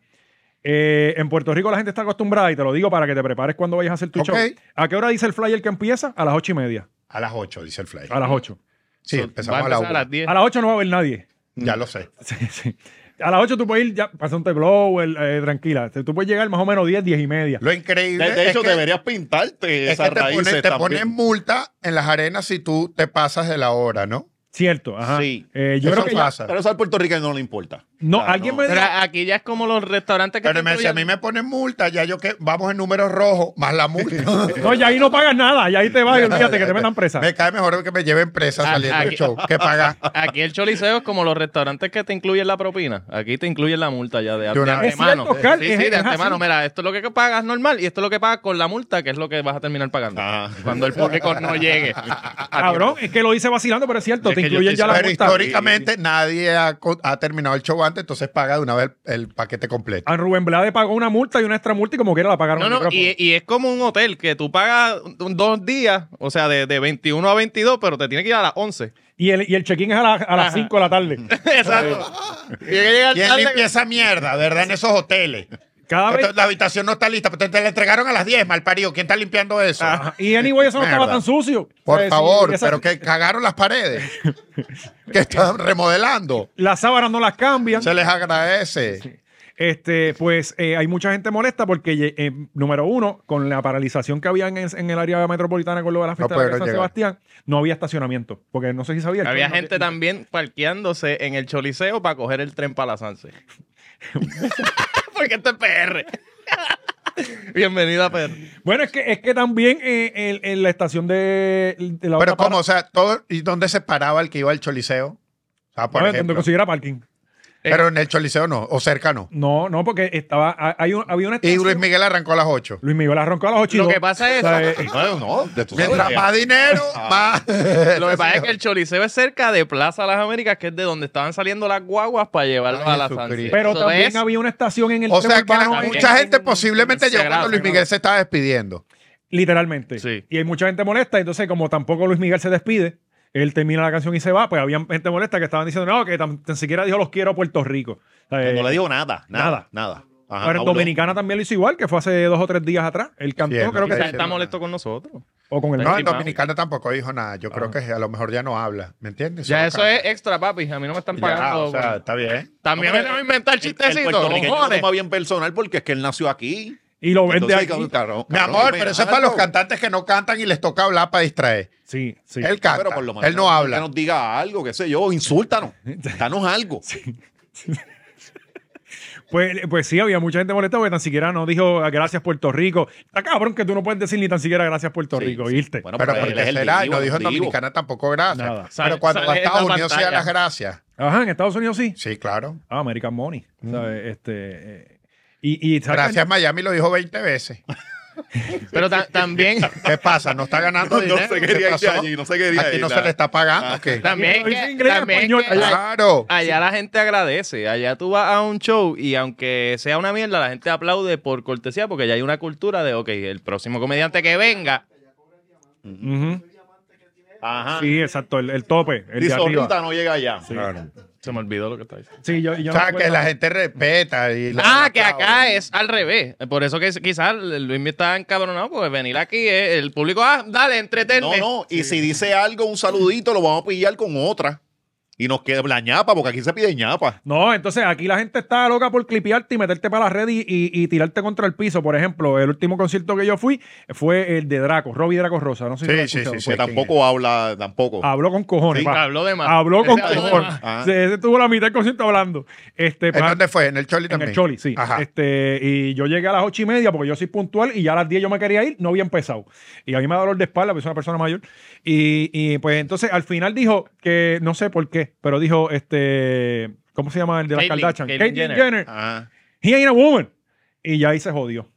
A: eh, en Puerto Rico la gente está acostumbrada, y te lo digo para que te prepares cuando vayas a hacer tu
C: Ok.
A: show. ¿A qué hora dice el flyer que empieza? A las ocho y media.
C: A las 8, dice el fly.
A: A las ocho.
C: Sí,
B: So,
C: empezamos
B: va
C: a las
B: empezar
C: 8.
B: 10.
A: Ah, A las ocho no va a haber nadie.
C: Ya lo sé.
A: Sí, sí. A las ocho tú puedes ir ya, pasándote blow, el, eh, tranquila. Tú puedes llegar más o menos diez, diez y media.
C: Lo increíble
D: De, de hecho,
C: es que,
D: deberías pintarte
C: es que
D: esas
C: te, ponen,
D: raíces
C: te
D: también.
C: ponen multa en las arenas si tú te pasas de la hora, ¿no?
A: Cierto, ajá.
D: Sí.
A: Eh, yo
C: Eso
A: creo que ya-
C: pasa.
D: Pero eso al puertorriqueño no le importa.
A: No,
D: O sea,
A: alguien me
B: Pero aquí ya es como los restaurantes que
C: Pero
B: te
C: me- si a mí
B: incluyen-
C: me ponen multa, ya yo que vamos en números rojos, más la multa.
A: No, y ahí no pagas nada, y ahí te vas y olvídate que te metan presa.
C: Me cae mejor que me lleven presa
B: Ah,
C: saliendo del
B: aquí-
C: show. Que paga.
B: Aquí el choliseo es como los restaurantes que te incluyen la propina. Aquí te incluyen la multa ya de,
C: De
B: de
C: una-
A: Es
B: antemano.
A: cierto, Oscar,
B: sí,
A: es-
B: sí,
A: es
B: de antemano.
A: así.
B: Mira, esto es lo que pagas normal y esto es lo que pagas con la multa, que es lo que vas a terminar pagando.
C: Ah.
D: Ajá.
B: Cuando el público no llegue.
A: Cabrón, es que lo hice vacilando, pero es cierto,
B: Es
A: te
B: que yo
A: incluyen
B: estoy
A: ya la
C: Pero
A: multa.
C: históricamente nadie ha, co- ha terminado el show antes, entonces paga de una vez el, el paquete completo.
A: A Rubén Blade pagó una multa y una extra multa y como quiera la pagaron.
B: No,
A: al
B: no,
A: micrófono.
B: y, y es como un hotel que tú pagas un- dos días, o sea, de, de 21 a 22, pero te tienes que ir a las 11.
A: Y el, y el check-in es a, la- a las
B: Ajá.
A: 5 de la tarde.
B: Exacto. Tienes que llegar
C: ¿Quién
B: tarde-
C: limpia esa mierda, verdad? En esos hoteles.
A: Cada vez.
C: Esto- La habitación no está lista, pero te, te la entregaron a las 10, mal parido. ¿Quién está limpiando eso?
A: Ajá. Y anyway, eso no
C: Mierda.
A: estaba tan sucio.
C: Por
A: Eh, sí,
C: favor,
A: esa-
C: pero que cagaron las paredes. que están remodelando.
A: Las sábanas no las cambian.
C: Se les agradece.
A: Este, pues eh, hay mucha gente molesta porque, eh, número uno, con la paralización que había en, en el área metropolitana con lo de la fiesta de
C: pudieron
A: San
C: llegar.
A: Sebastián, no había estacionamiento. Porque no sé si sabía. el
B: Había
A: choli no-
B: gente también parqueándose en el choliseo para coger el tren para la Sanse. Porque esto es PR. Bienvenido a PR.
A: Bueno, es que, es que también eh, en, en la estación de, de la
C: Pero
A: otra
C: como,
A: parada-
C: o sea, todo, ¿y dónde se paraba el que iba al choliseo? O sea, por
A: ¿sabes? donde
C: ejemplo.
A: consiguiera parking.
C: Pero en el Choliseo no, o cerca no.
A: No, no, porque estaba, ha- hay un- había una
C: Y
A: estación.
C: Luis Miguel arrancó a las 8.
A: Luis Miguel arrancó a las 8 y
B: Lo
A: dos.
B: que pasa es-
A: O sea, eh,
D: No, no, de tú sabes.
C: Mientras más dinero, más.
B: Lo que pasa es que el Choliseo es cerca de Plaza Las Américas, que es de donde estaban saliendo las guaguas para llevarlos
C: Ay,
B: a la
C: Jesucristo.
B: Sánchez.
A: pero
B: Eso
A: también
B: es-
A: había una estación en el
C: O
A: tren
C: sea que
A: urbano,
C: la-
A: en-
C: mucha gente pues,
B: en-
C: posiblemente
B: en
C: llegó cuando
B: Sagrado,
C: Luis Miguel se estaba despidiendo.
A: literalmente.
B: Sí.
A: Y hay mucha gente molesta. Entonces, como tampoco Luis Miguel se despide, él termina la canción y se va, pues había gente molesta que estaban diciendo, no, que tan, tan siquiera dijo los quiero a Puerto Rico. O sea,
D: Que
A: eh,
D: no le digo nada, nada, nada. Ajá,
A: Ahora en
D: habló.
A: Dominicana también lo hizo igual, que fue hace dos o tres días atrás. Él cantó,
C: Cierto.
A: creo que
B: Quizás
A: sí.
B: está molesto con nosotros.
A: O con el
C: No, en
B: Encima.
C: Dominicana tampoco dijo nada. Yo creo que a lo mejor ya no habla. ¿Me entiendes?
B: Ah. Ya
C: Solo
B: eso
C: canta.
B: es extra, papi. A mí no me están
C: Ya,
B: pagando.
C: o sea, está bien.
B: También me tengo que inventar
D: El- El
B: chistecitos.
D: puertorriqueño lo
B: cojones.
D: toma bien personal porque es que él nació aquí.
A: Y lo vende
D: Entonces,
A: aquí.
D: cabrón, cabrón,
C: Mi
D: cabrón,
C: amor,
D: dime,
C: pero eso es
D: hágalo.
C: para los cantantes que no cantan y les toca hablar para distraer.
A: Sí, sí.
C: Él canta,
D: Pero por lo menos
C: él no
D: Que
C: habla.
D: nos diga algo, qué sé yo, insúltanos. Danos algo.
A: Pues, pues sí, había mucha gente molesta porque tan siquiera no dijo ah, gracias Puerto Rico. Está cabrón que tú no puedes decir ni tan siquiera gracias Puerto
D: Sí,
A: Rico,
D: sí.
A: irte.
D: Bueno,
C: Pero
D: porque
C: porque
D: él es el
C: será, y
D: divo,
C: no dijo en
D: divo.
C: Dominicana tampoco gracias.
A: Nada.
B: Sale-
C: pero cuando
B: sale
C: a
B: en
C: Estados
B: la
C: Unidos se dan
B: pantalla.
C: las gracias.
A: Ajá, en Estados Unidos sí.
C: Sí, claro.
A: Ah, American Money.
D: Mm.
A: ¿sabes? Este, eh, y, y
C: Gracias Miami lo dijo 20 veces.
B: Pero ta- también,
C: ¿Qué pasa? ¿No está ganando
D: No
C: dinero?
D: se
C: ¿Qué
D: quería ir
C: pasó?
D: allí, no se quería
C: Aquí
D: ir,
C: no se
D: nada.
C: le está pagando. ¿o qué?
B: también,
A: Lo dice
B: que-
A: inglés,
B: también
A: español,
B: que-
A: allá.
C: Claro.
B: allá la gente agradece. Allá tú vas a un show y aunque sea una mierda, la gente aplaude por cortesía porque ya hay una cultura de, ok, el próximo comediante que venga.
A: Ujú.
D: Ajá.
A: Sí, exacto, el, el tope, el de
D: Dice,
A: arriba.
D: ahorita no llega allá.
C: Claro.
B: Se me olvidó lo que está diciendo.
A: Sí, yo, yo no
C: O sea,
A: recuerdo.
C: que la gente respeta. Y la-
B: Ah,
C: la
B: que acá
C: aplaude.
B: es al revés. Por eso que quizás Luis me está encabronado porque venir aquí es el público, ah, dale,
D: No,
B: entretenme.
D: no. Y si dice algo, un saludito, lo vamos a pillar con otra. Y nos queda la ñapa, porque aquí se pide ñapa.
A: No, entonces aquí la gente está loca por clipearte y meterte para la red y, y- y tirarte contra el piso. Por ejemplo, el último concierto que yo fui fue el de Draco, Robbie Draco Rosa. No sé si
C: Sí,
A: lo has
C: sí,
A: escuchado.
C: sí, sí.
D: Que
C: Pues, ¿quién Ah.
D: tampoco habla, tampoco.
A: Habló con cojones.
D: Sí,
A: pa.
B: Habló de más.
A: Habló con
B: Habló de
A: cojones.
B: más.
D: Ah.
A: Se, se tuvo la mitad del concierto hablando. Este,
C: ¿En
A: pa-
C: dónde fue? ¿En el Choli
A: en
C: también?
A: el Choli, sí.
C: Ajá.
A: Este, y yo llegué a las ocho y media porque yo soy puntual y ya a las 10 yo me quería ir, no había empezado. Y a mí me da dolor de espalda, porque soy una persona mayor. Y, y, pues entonces al final dijo que, no sé por qué, pero dijo, este, ¿cómo se llama el de las
B: Caitlyn-
A: Kardashian?
B: Caitlyn
A: Caitlyn
B: Jenner.
A: Jenner.
D: Ajá.
A: He ain't a woman. Y ya ahí se jodió.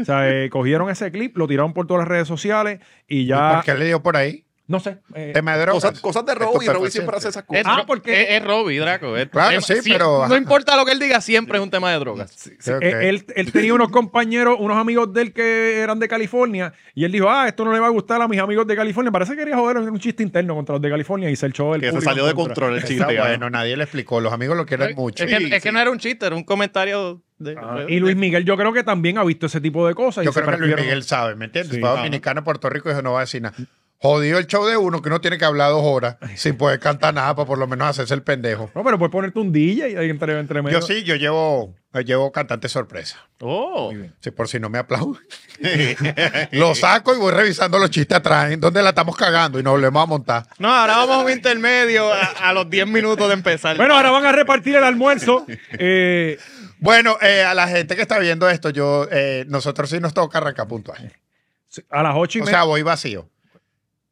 A: O sea, eh, cogieron ese clip, lo tiraron por todas las redes sociales y
C: ¿Y
A: ya.
C: ¿Por qué le dio por ahí?
A: No sé. eh,
C: Tema de drogas.
D: Cosas, cosas de Robbie. Robbie
C: Estupefacientes.
D: siempre hace esas
B: Es,
D: cosas.
A: Ah,
B: Ro-
A: porque-
B: es, es Robbie, Draco. Es-
C: Claro,
B: es-
C: sí, pero-
B: No importa lo que él diga, siempre es un tema de
C: Ah,
B: drogas.
A: sí,
C: ok.
A: eh, él, él tenía unos compañeros, unos amigos de él que eran de California y él dijo, ah, esto no le va a gustar a mis amigos de California. Parece que quería joder un chiste interno contra los de California y se echó el
D: Que se
A: público
D: salió de
A: en contra.
D: control el
C: Está
D: chiste. ¿eh?
C: bueno, nadie le explicó. Los amigos lo quieren mucho.
B: Es que,
D: Sí,
B: es que
D: sí.
B: no era un chiste, era un comentario de.
A: Ah, Y Luis Miguel yo creo que también ha visto ese tipo de cosas. y
C: Yo
A: se
C: creo que Luis
A: partieron.
C: Miguel sabe, ¿me entiendes?
A: Sí.
C: Fue a
D: Ajá.
C: Dominicana, Puerto Rico, y dijo, no va a decir nada. Jodió el show de uno que uno tiene que hablar dos horas sin poder cantar nada para por lo menos hacerse el pendejo.
A: No, pero puedes ponerte un DJ ahí entre, entre medio.
C: Yo sí, yo llevo, yo llevo cantante sorpresa.
B: Oh.
C: Sí, por si no me aplauden. lo saco y voy revisando los chistes atrás, en dónde la estamos cagando y nos volvemos a montar.
B: No, ahora vamos a un intermedio a, a los 10 minutos de empezar.
A: Bueno, ahora van a repartir el almuerzo. Eh,
C: Bueno, eh, a la gente que está viendo esto, yo, eh, nosotros sí nos toca arrancar puntual.
A: a las ocho y
C: O
A: media.
C: sea, voy vacío.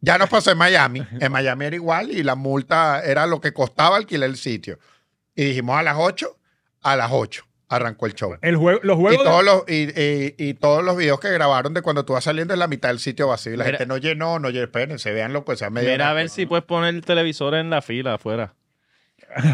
C: Ya nos pasó en Miami. En Miami era igual y la multa era lo que costaba alquilar el sitio. Y dijimos a las 8, a las 8 arrancó el show.
A: el juego, los
C: Y
A: juegos de-
C: todos, los, y, y- y todos los videos que grabaron de cuando tú vas saliendo es la mitad del sitio vacío. Y la
B: Mira.
C: gente no llenó, no llenó. Espérense, vean lo que sea medio.
B: Mira a ver si puedes poner el televisor en la fila afuera.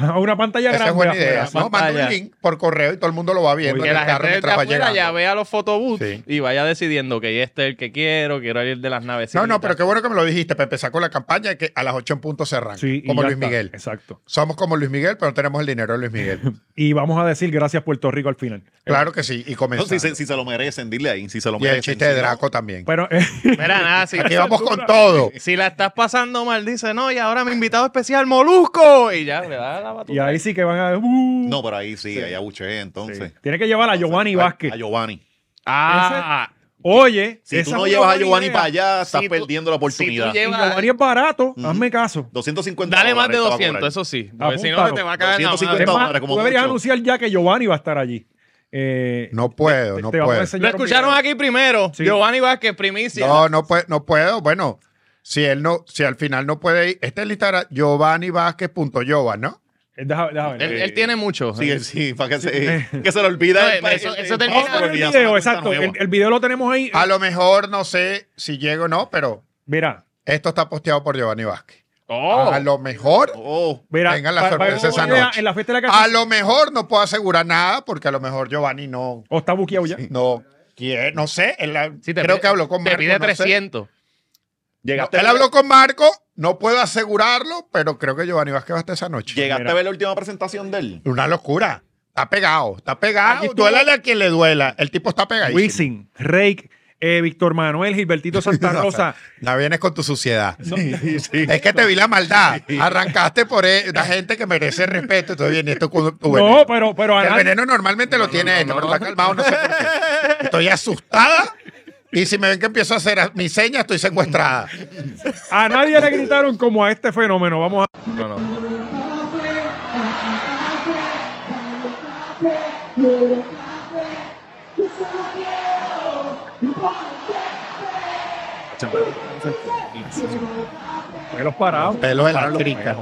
A: a una pantalla
C: Esa
A: grande.
C: es buena
A: afuera.
C: idea.
B: afuera,
C: No, manda
B: pantalla.
C: un link por correo y todo el mundo lo va viendo.
B: Porque
C: en el
B: la
C: carro
B: gente de
C: mientras va
B: afuera ya
C: llegando.
B: vea los photobooths
C: Sí.
B: y vaya decidiendo que este es el que quiero, quiero ir de las naves.
C: No, no, pero qué bueno que me lo dijiste para empezar con la campaña que a las 8 en punto se arranca.
A: Sí, y
C: como
A: ya
C: Luis
A: está.
C: Miguel.
A: Exacto.
C: Somos como Luis Miguel, pero no tenemos el dinero de Luis Miguel.
A: Y vamos a decir gracias Puerto Rico al final.
C: Claro que sí, y
D: No,
C: comenzamos.
D: si, se, si se lo merecen, dile ahí. Si se lo
C: y el
D: merecen.
C: chiste
D: si
C: de
D: no,
C: Draco también.
A: Pero eh,
B: Mira, nada, si,
C: Aquí vamos con todo.
B: si la estás pasando mal, dice, no, y ahora mi invitado especial, Molusco. Y ya, le da la batuta.
A: y ahí sí que van a. uh,
D: No, pero ahí sí, ahí abucheé, entonces.
A: Tiene que llevar a Giovanni Vázquez.
D: A Giovanni.
B: Ah,
A: Oye,
D: Si tú
A: esa
D: no
A: es
D: llevas a
A: una
D: Giovanni
A: buena
D: para
A: idea.
D: allá, estás
B: Si tú-
D: perdiendo la oportunidad.
B: si tú llevas-
A: Giovanni es barato, hazme caso.
D: 250
B: dale más de
D: dólares te va a
B: 200,
D: cobrar.
B: eso sí. Porque si no,
A: Apúntalo.
B: te va a caer la
D: 250
B: madre.
A: Es
D: Toma,
A: más,
D: ahora, como
A: tú deberías
D: mucho.
A: anunciar ya que Giovanni va a estar allí. Eh,
C: No puedo, no
A: te vamos a
C: puedo.
B: Lo
A: enseñar un
B: escucharon
A: video.
B: aquí primero.
A: Sí.
B: Giovanni Vázquez, primicia.
C: No, no puedo, no puedo. Bueno, si él no, si al final no puede ir, este es el Instagram, Giovanni Vázquez punto Giova, ¿no?
A: Déjame, déjame Eh, ver.
D: Eh,
B: Él, él tiene mucho.
D: Sí,
B: ¿eh?
D: sí, para que se, que se Eh, le olvida.
B: No,
D: el-
B: pero eso-
D: el-
B: eso
D: el-
B: termina-
D: se le
A: Ah, El
D: olvida,
A: video,
D: se le olvida
A: exacto.
D: nuevo.
A: El, el video lo tenemos ahí.
C: A lo mejor no sé si llego o no, pero
A: Mira,
C: esto está posteado por Giovanni Vázquez.
B: Oh,
C: A lo mejor,
D: Oh,
A: mira.
C: Venga la
A: pa- pa-
C: sorpresa esa
A: mira,
C: noche.
A: En la fiesta de la casa.
C: a lo mejor no puedo asegurar nada porque a lo mejor Giovanni no,
A: O Oh, está buqueado ya.
C: no quiere, no sé. él ha-
B: sí, te
C: creo
B: pide-
C: que habló con Marco.
B: Te pide
C: no sé.
B: 300.
D: llegaste,
C: Él
D: a ver,
C: habló con Marco, no puedo asegurarlo, pero creo que Giovanni Vázquez va a estar esa noche.
D: llegaste
A: Mira.
D: a ver la última presentación de él.
C: Una locura. Está pegado, está
A: Aquí
C: pegado.
A: estuvo-
C: Duélale a quien le duela. El tipo está pegadísimo.
A: Wisin, Rake, eh, Víctor Manuel, Gilbertito Santa Rosa.
C: Ya vienes con tu suciedad.
D: Sí, sí.
C: Es que te vi la maldad. Arrancaste por e- la gente que merece respeto. Entonces viene esto con tu veneno.
A: No, pero, pero a
C: Que el
A: nadie-
C: veneno normalmente lo tiene
B: no,
C: este,
B: no.
C: pero está calmado, no sé por qué. Estoy asustada y si me ven que empiezo a hacer a- mis señas, estoy secuestrada.
A: a nadie le gritaron como a este fenómeno. Vamos a.
B: No, no.
A: Pelos parados.
C: Pelo de la crica.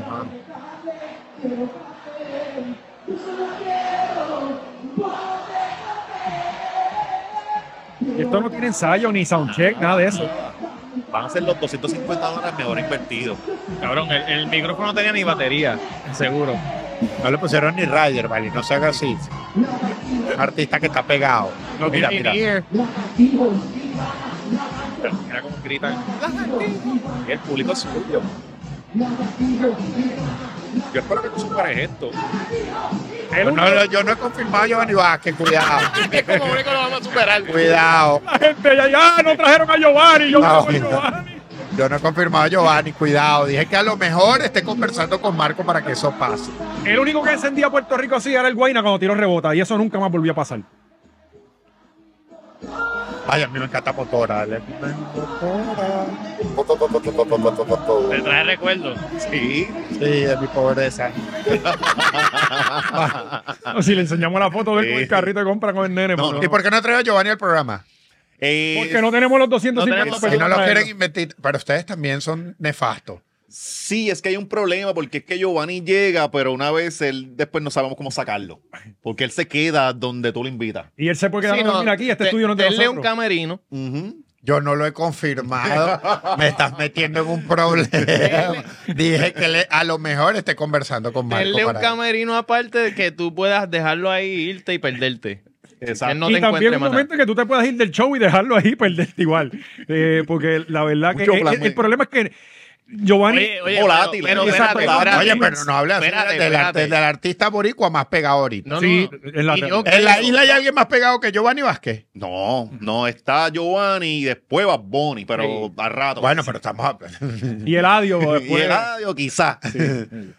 A: Y esto no tiene ensayo, ni soundcheck, nada de eso.
D: Van a ser los 250 dólares mejor invertidos.
B: Cabrón, el, el micrófono no tenía ni batería, seguro.
C: No le pusieron ni rider, vale, no se haga así. Un artista que está pegado.
B: No
C: mira,
B: tiene
C: mira.
B: ni ear. Mira cómo gritan.
D: Y el público es suyo. Yo espero que tú superes esto.
A: El
C: No, no, yo no he confirmado a Giovanni Vázquez, cuidado.
B: Es como único lo vamos a superar.
C: Cuidado.
A: La gente ya, ya no trajeron a Giovanni, yo
C: No,
A: no, soy
C: no.
A: Giovanni.
C: Yo no he confirmado a Giovanni, cuidado. Dije que a lo mejor esté conversando con Marco para que eso pase.
A: El único que encendía Puerto Rico así era el Guaina cuando tiró rebota y eso nunca más volvió a pasar.
C: Ay, a mí me encanta Motora. dale.
B: Te trae recuerdos.
D: Sí.
C: Sí, de mi pobreza.
A: Si le enseñamos la foto del
D: Sí.
A: el carrito de compra con el nene,
D: No,
A: pero-
C: ¿Y por qué no pues, traigo a Giovanni al programa?
D: Eh,
A: porque no pues, tenemos los
B: No
A: 250
B: tenemos-
A: pesos
C: Si no lo
A: para
C: quieren
A: eso.
C: invertir, pero ustedes también son nefastos.
D: Sí, es que hay un problema porque es que Giovanni llega, pero una vez él después no sabemos cómo sacarlo. Porque él se queda donde tú lo invitas.
A: Y él se puede quedar
B: Sí,
A: a dormir aquí, este
B: te-
A: estudio no es de
B: tenle un
A: nosotros.
B: camerino.
D: Ujú.
C: Yo no lo he confirmado. Me estás metiendo en un problema. Dije que le- a lo mejor esté conversando con Marco.
B: Tenle un
C: para-
B: camerino aparte de que tú puedas dejarlo ahí, irte y perderte.
D: Exacto.
B: Él no te
A: y también
B: encuentre
A: un
B: más
A: momento en que tú te puedas ir del show y dejarlo ahí y perderte igual. Eh, porque la verdad que
D: Mucho
A: el,
D: plan,
A: el
C: eh.
D: muy-
A: problema es que Giovanni...
D: volátil,
B: Pero,
D: ¿eh?
B: pero
A: Exacto.
B: espérate, espérate.
C: Oye, pero no hables así
B: Espérate,
C: del, arte-
B: espérate.
C: del artista boricua más pegado ahorita.
B: No,
A: Sí,
B: no.
A: en la-
B: Y yo
C: ¿En la
B: creo-
C: isla hay alguien más pegado que Giovanni Vázquez?
D: No, no, está Giovanni y después va Bonnie, pero
B: Sí.
D: al rato.
C: Bueno, pero estamos hab-
A: Y el adiós
D: Y
A: después.
D: el radio quizás.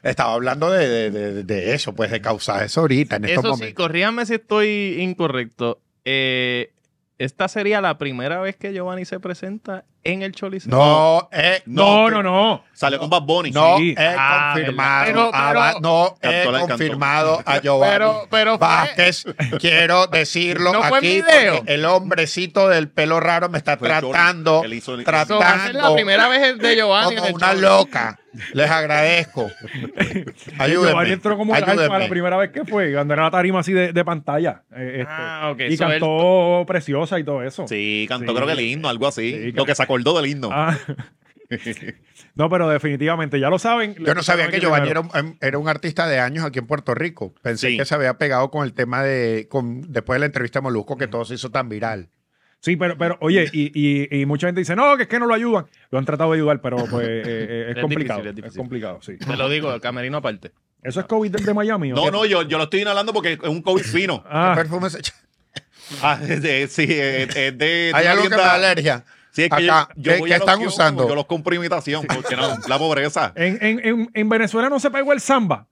C: estaba hablando de, de- de- de eso, pues de causar eso ahorita, en estos
B: Eso sí,
C: momentos.
B: corríjame si estoy incorrecto. Eh, esta sería la primera vez que Giovanni se presenta en el Choliseo.
C: No, eh,
A: No, no, no.
D: Salió con Bad Bunny.
C: No
A: Sí.
C: he
A: Ah,
B: verdad.
C: confirmado.
B: Pero-
C: a
B: pero-
C: Ba- no he
D: Cantó la cantó.
C: confirmado a Giovanni
B: Pero- pero fue-
C: Vázquez. Quiero decirlo
B: No fue en
C: aquí
B: video.
C: porque el hombrecito del pelo raro me está
D: Fue
C: tratando,
D: Jordan. Él hizo el-
B: Eso va a ser la
C: tratando
B: primera vez de Giovanni en
C: como
B: el
C: una
B: Choliseo.
C: loca. Les agradezco.
A: Giovanni
C: Ayúdenme.
A: entró como un alfa la
C: ayúdenme.
A: primera vez que fue, cuando era una tarima así de, de pantalla. eh, este.
B: Ah, ok.
A: Y
B: So, él-
A: cantó preciosa y todo eso.
D: Sí, cantó
A: Sí.
D: creo que el himno, algo así.
A: Sí,
D: lo que se acordó del himno.
A: Ah. no, pero definitivamente, ya lo saben.
C: Yo no sabía que
A: Aquí
C: Giovanni era
A: primero.
C: un, em, era un artista de años aquí en Puerto Rico. Pensé
D: Sí.
C: que se había pegado con el tema de. con- después de la entrevista a Molusco, que todo se hizo tan viral.
A: Sí, pero, pero oye, y, y- y mucha gente dice, no, que es que no lo ayudan. Lo han tratado de ayudar, pero pues eh, eh, es,
B: Es
A: complicado.
B: difícil, es
A: es,
B: difícil.
A: complicado, sí.
B: Te lo digo, el camerino aparte.
A: ¿Eso es COVID del de Miami? ¿o
D: No,
A: qué?
D: no, yo, yo lo estoy inhalando porque es un COVID fino.
C: ¿Qué
A: Ah,
C: perfume se echa?
D: Ah, es de- sí, es, es de.
C: Hay
D: de
C: algo que me
D: tienda-
C: da alergia.
D: Sí, es que yo-
C: Acá,
D: yo
C: ¿qué-
D: voy
C: qué
D: a los
C: están
D: kioscos,
C: usando?
D: Yo los compro imitación porque no, la pobreza.
A: en, en- en- en Venezuela no se pegó el samba.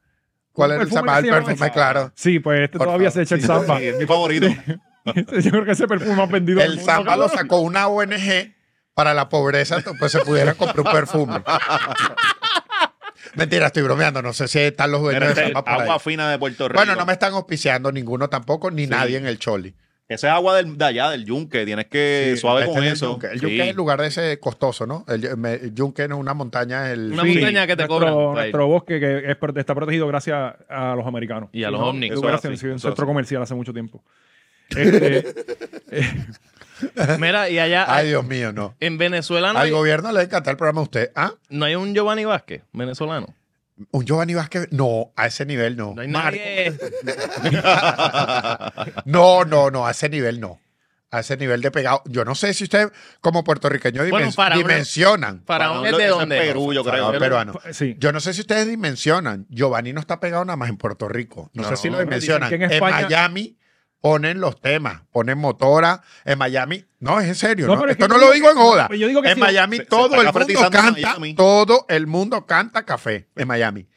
C: ¿Cuál
A: Un
C: es el
A: perfume
C: samba?
A: que
C: El
A: se llama
C: perfume, claro.
A: Sí, pues este
C: Por
A: todavía
C: favor,
A: se echa el
D: Sí,
A: samba.
D: es mi favorito.
A: Yo creo que ese perfume más vendido. del
C: El
A: mundo,
C: samba lo
A: cabrón.
C: sacó una ONG para la pobreza, pues se pudiera comprar un perfume. Mentira, estoy bromeando. No sé si están los dueños
D: Mira,
C: de
D: este,
C: samba por ahí.
D: agua fina de Puerto Rico.
C: Bueno, no me están auspiciando ninguno tampoco, ni nadie en el Choli.
D: Eso es agua del- de allá, del yunque. Tienes que
C: Sí,
D: suave
C: este
D: con
C: es el
D: eso.
C: Yunque. El
D: Sí.
C: Yunque es el lugar de ese costoso, ¿no? El, me- el Yunque es una montaña. El,
B: Una
A: Sí,
B: montaña que te
A: nuestro,
B: cobran. por ahí.
A: Nuestro bosque que es prote- está protegido gracias a los americanos.
B: Y a los ovnis.
A: Eso
D: Eso es
A: gracias,
D: así,
A: sí, un
D: eso es
A: centro
D: así.
A: comercial hace mucho tiempo. Este,
B: Mira, y allá
C: Ay, Dios mío, no.
B: en Venezuela Ah, no
C: Al
B: hay,
C: gobierno le encanta el programa a usted. ¿Ah?
B: no hay un Giovanni Vázquez venezolano.
C: Un Giovanni Vázquez. No, a ese nivel no.
B: No hay
C: Marco.
B: nadie.
C: No, no, no, a ese nivel no. A ese nivel de pegado. Yo no sé si ustedes, como puertorriqueño, dimen-
B: Bueno, para uno-
C: dimensionan.
B: Faraón es
D: Eso
B: de
D: es
B: dónde.
D: Perú, yo creo.
C: Faraón peruano.
A: sí.
C: Yo Ah, no sé si ustedes dimensionan. Giovanni no está pegado nada más en Puerto Rico. No,
B: No,
C: sé si lo
B: dicen
C: dimensionan.
A: que en
C: En,
A: España-
C: Miami ponen los temas, ponen motora. En Miami, no, es en serio.
A: No,
C: ¿no?
A: pero es
C: Esto
A: que
C: no
A: yo
C: lo
A: digo
C: digo en
A: que-
C: joda.
A: yo digo que
C: en
A: sí.
C: Miami
D: Se- se
C: todo
D: está
C: el mundo
D: fraternizando en
C: canta.
D: Miami.
C: Todo el mundo canta café en Miami.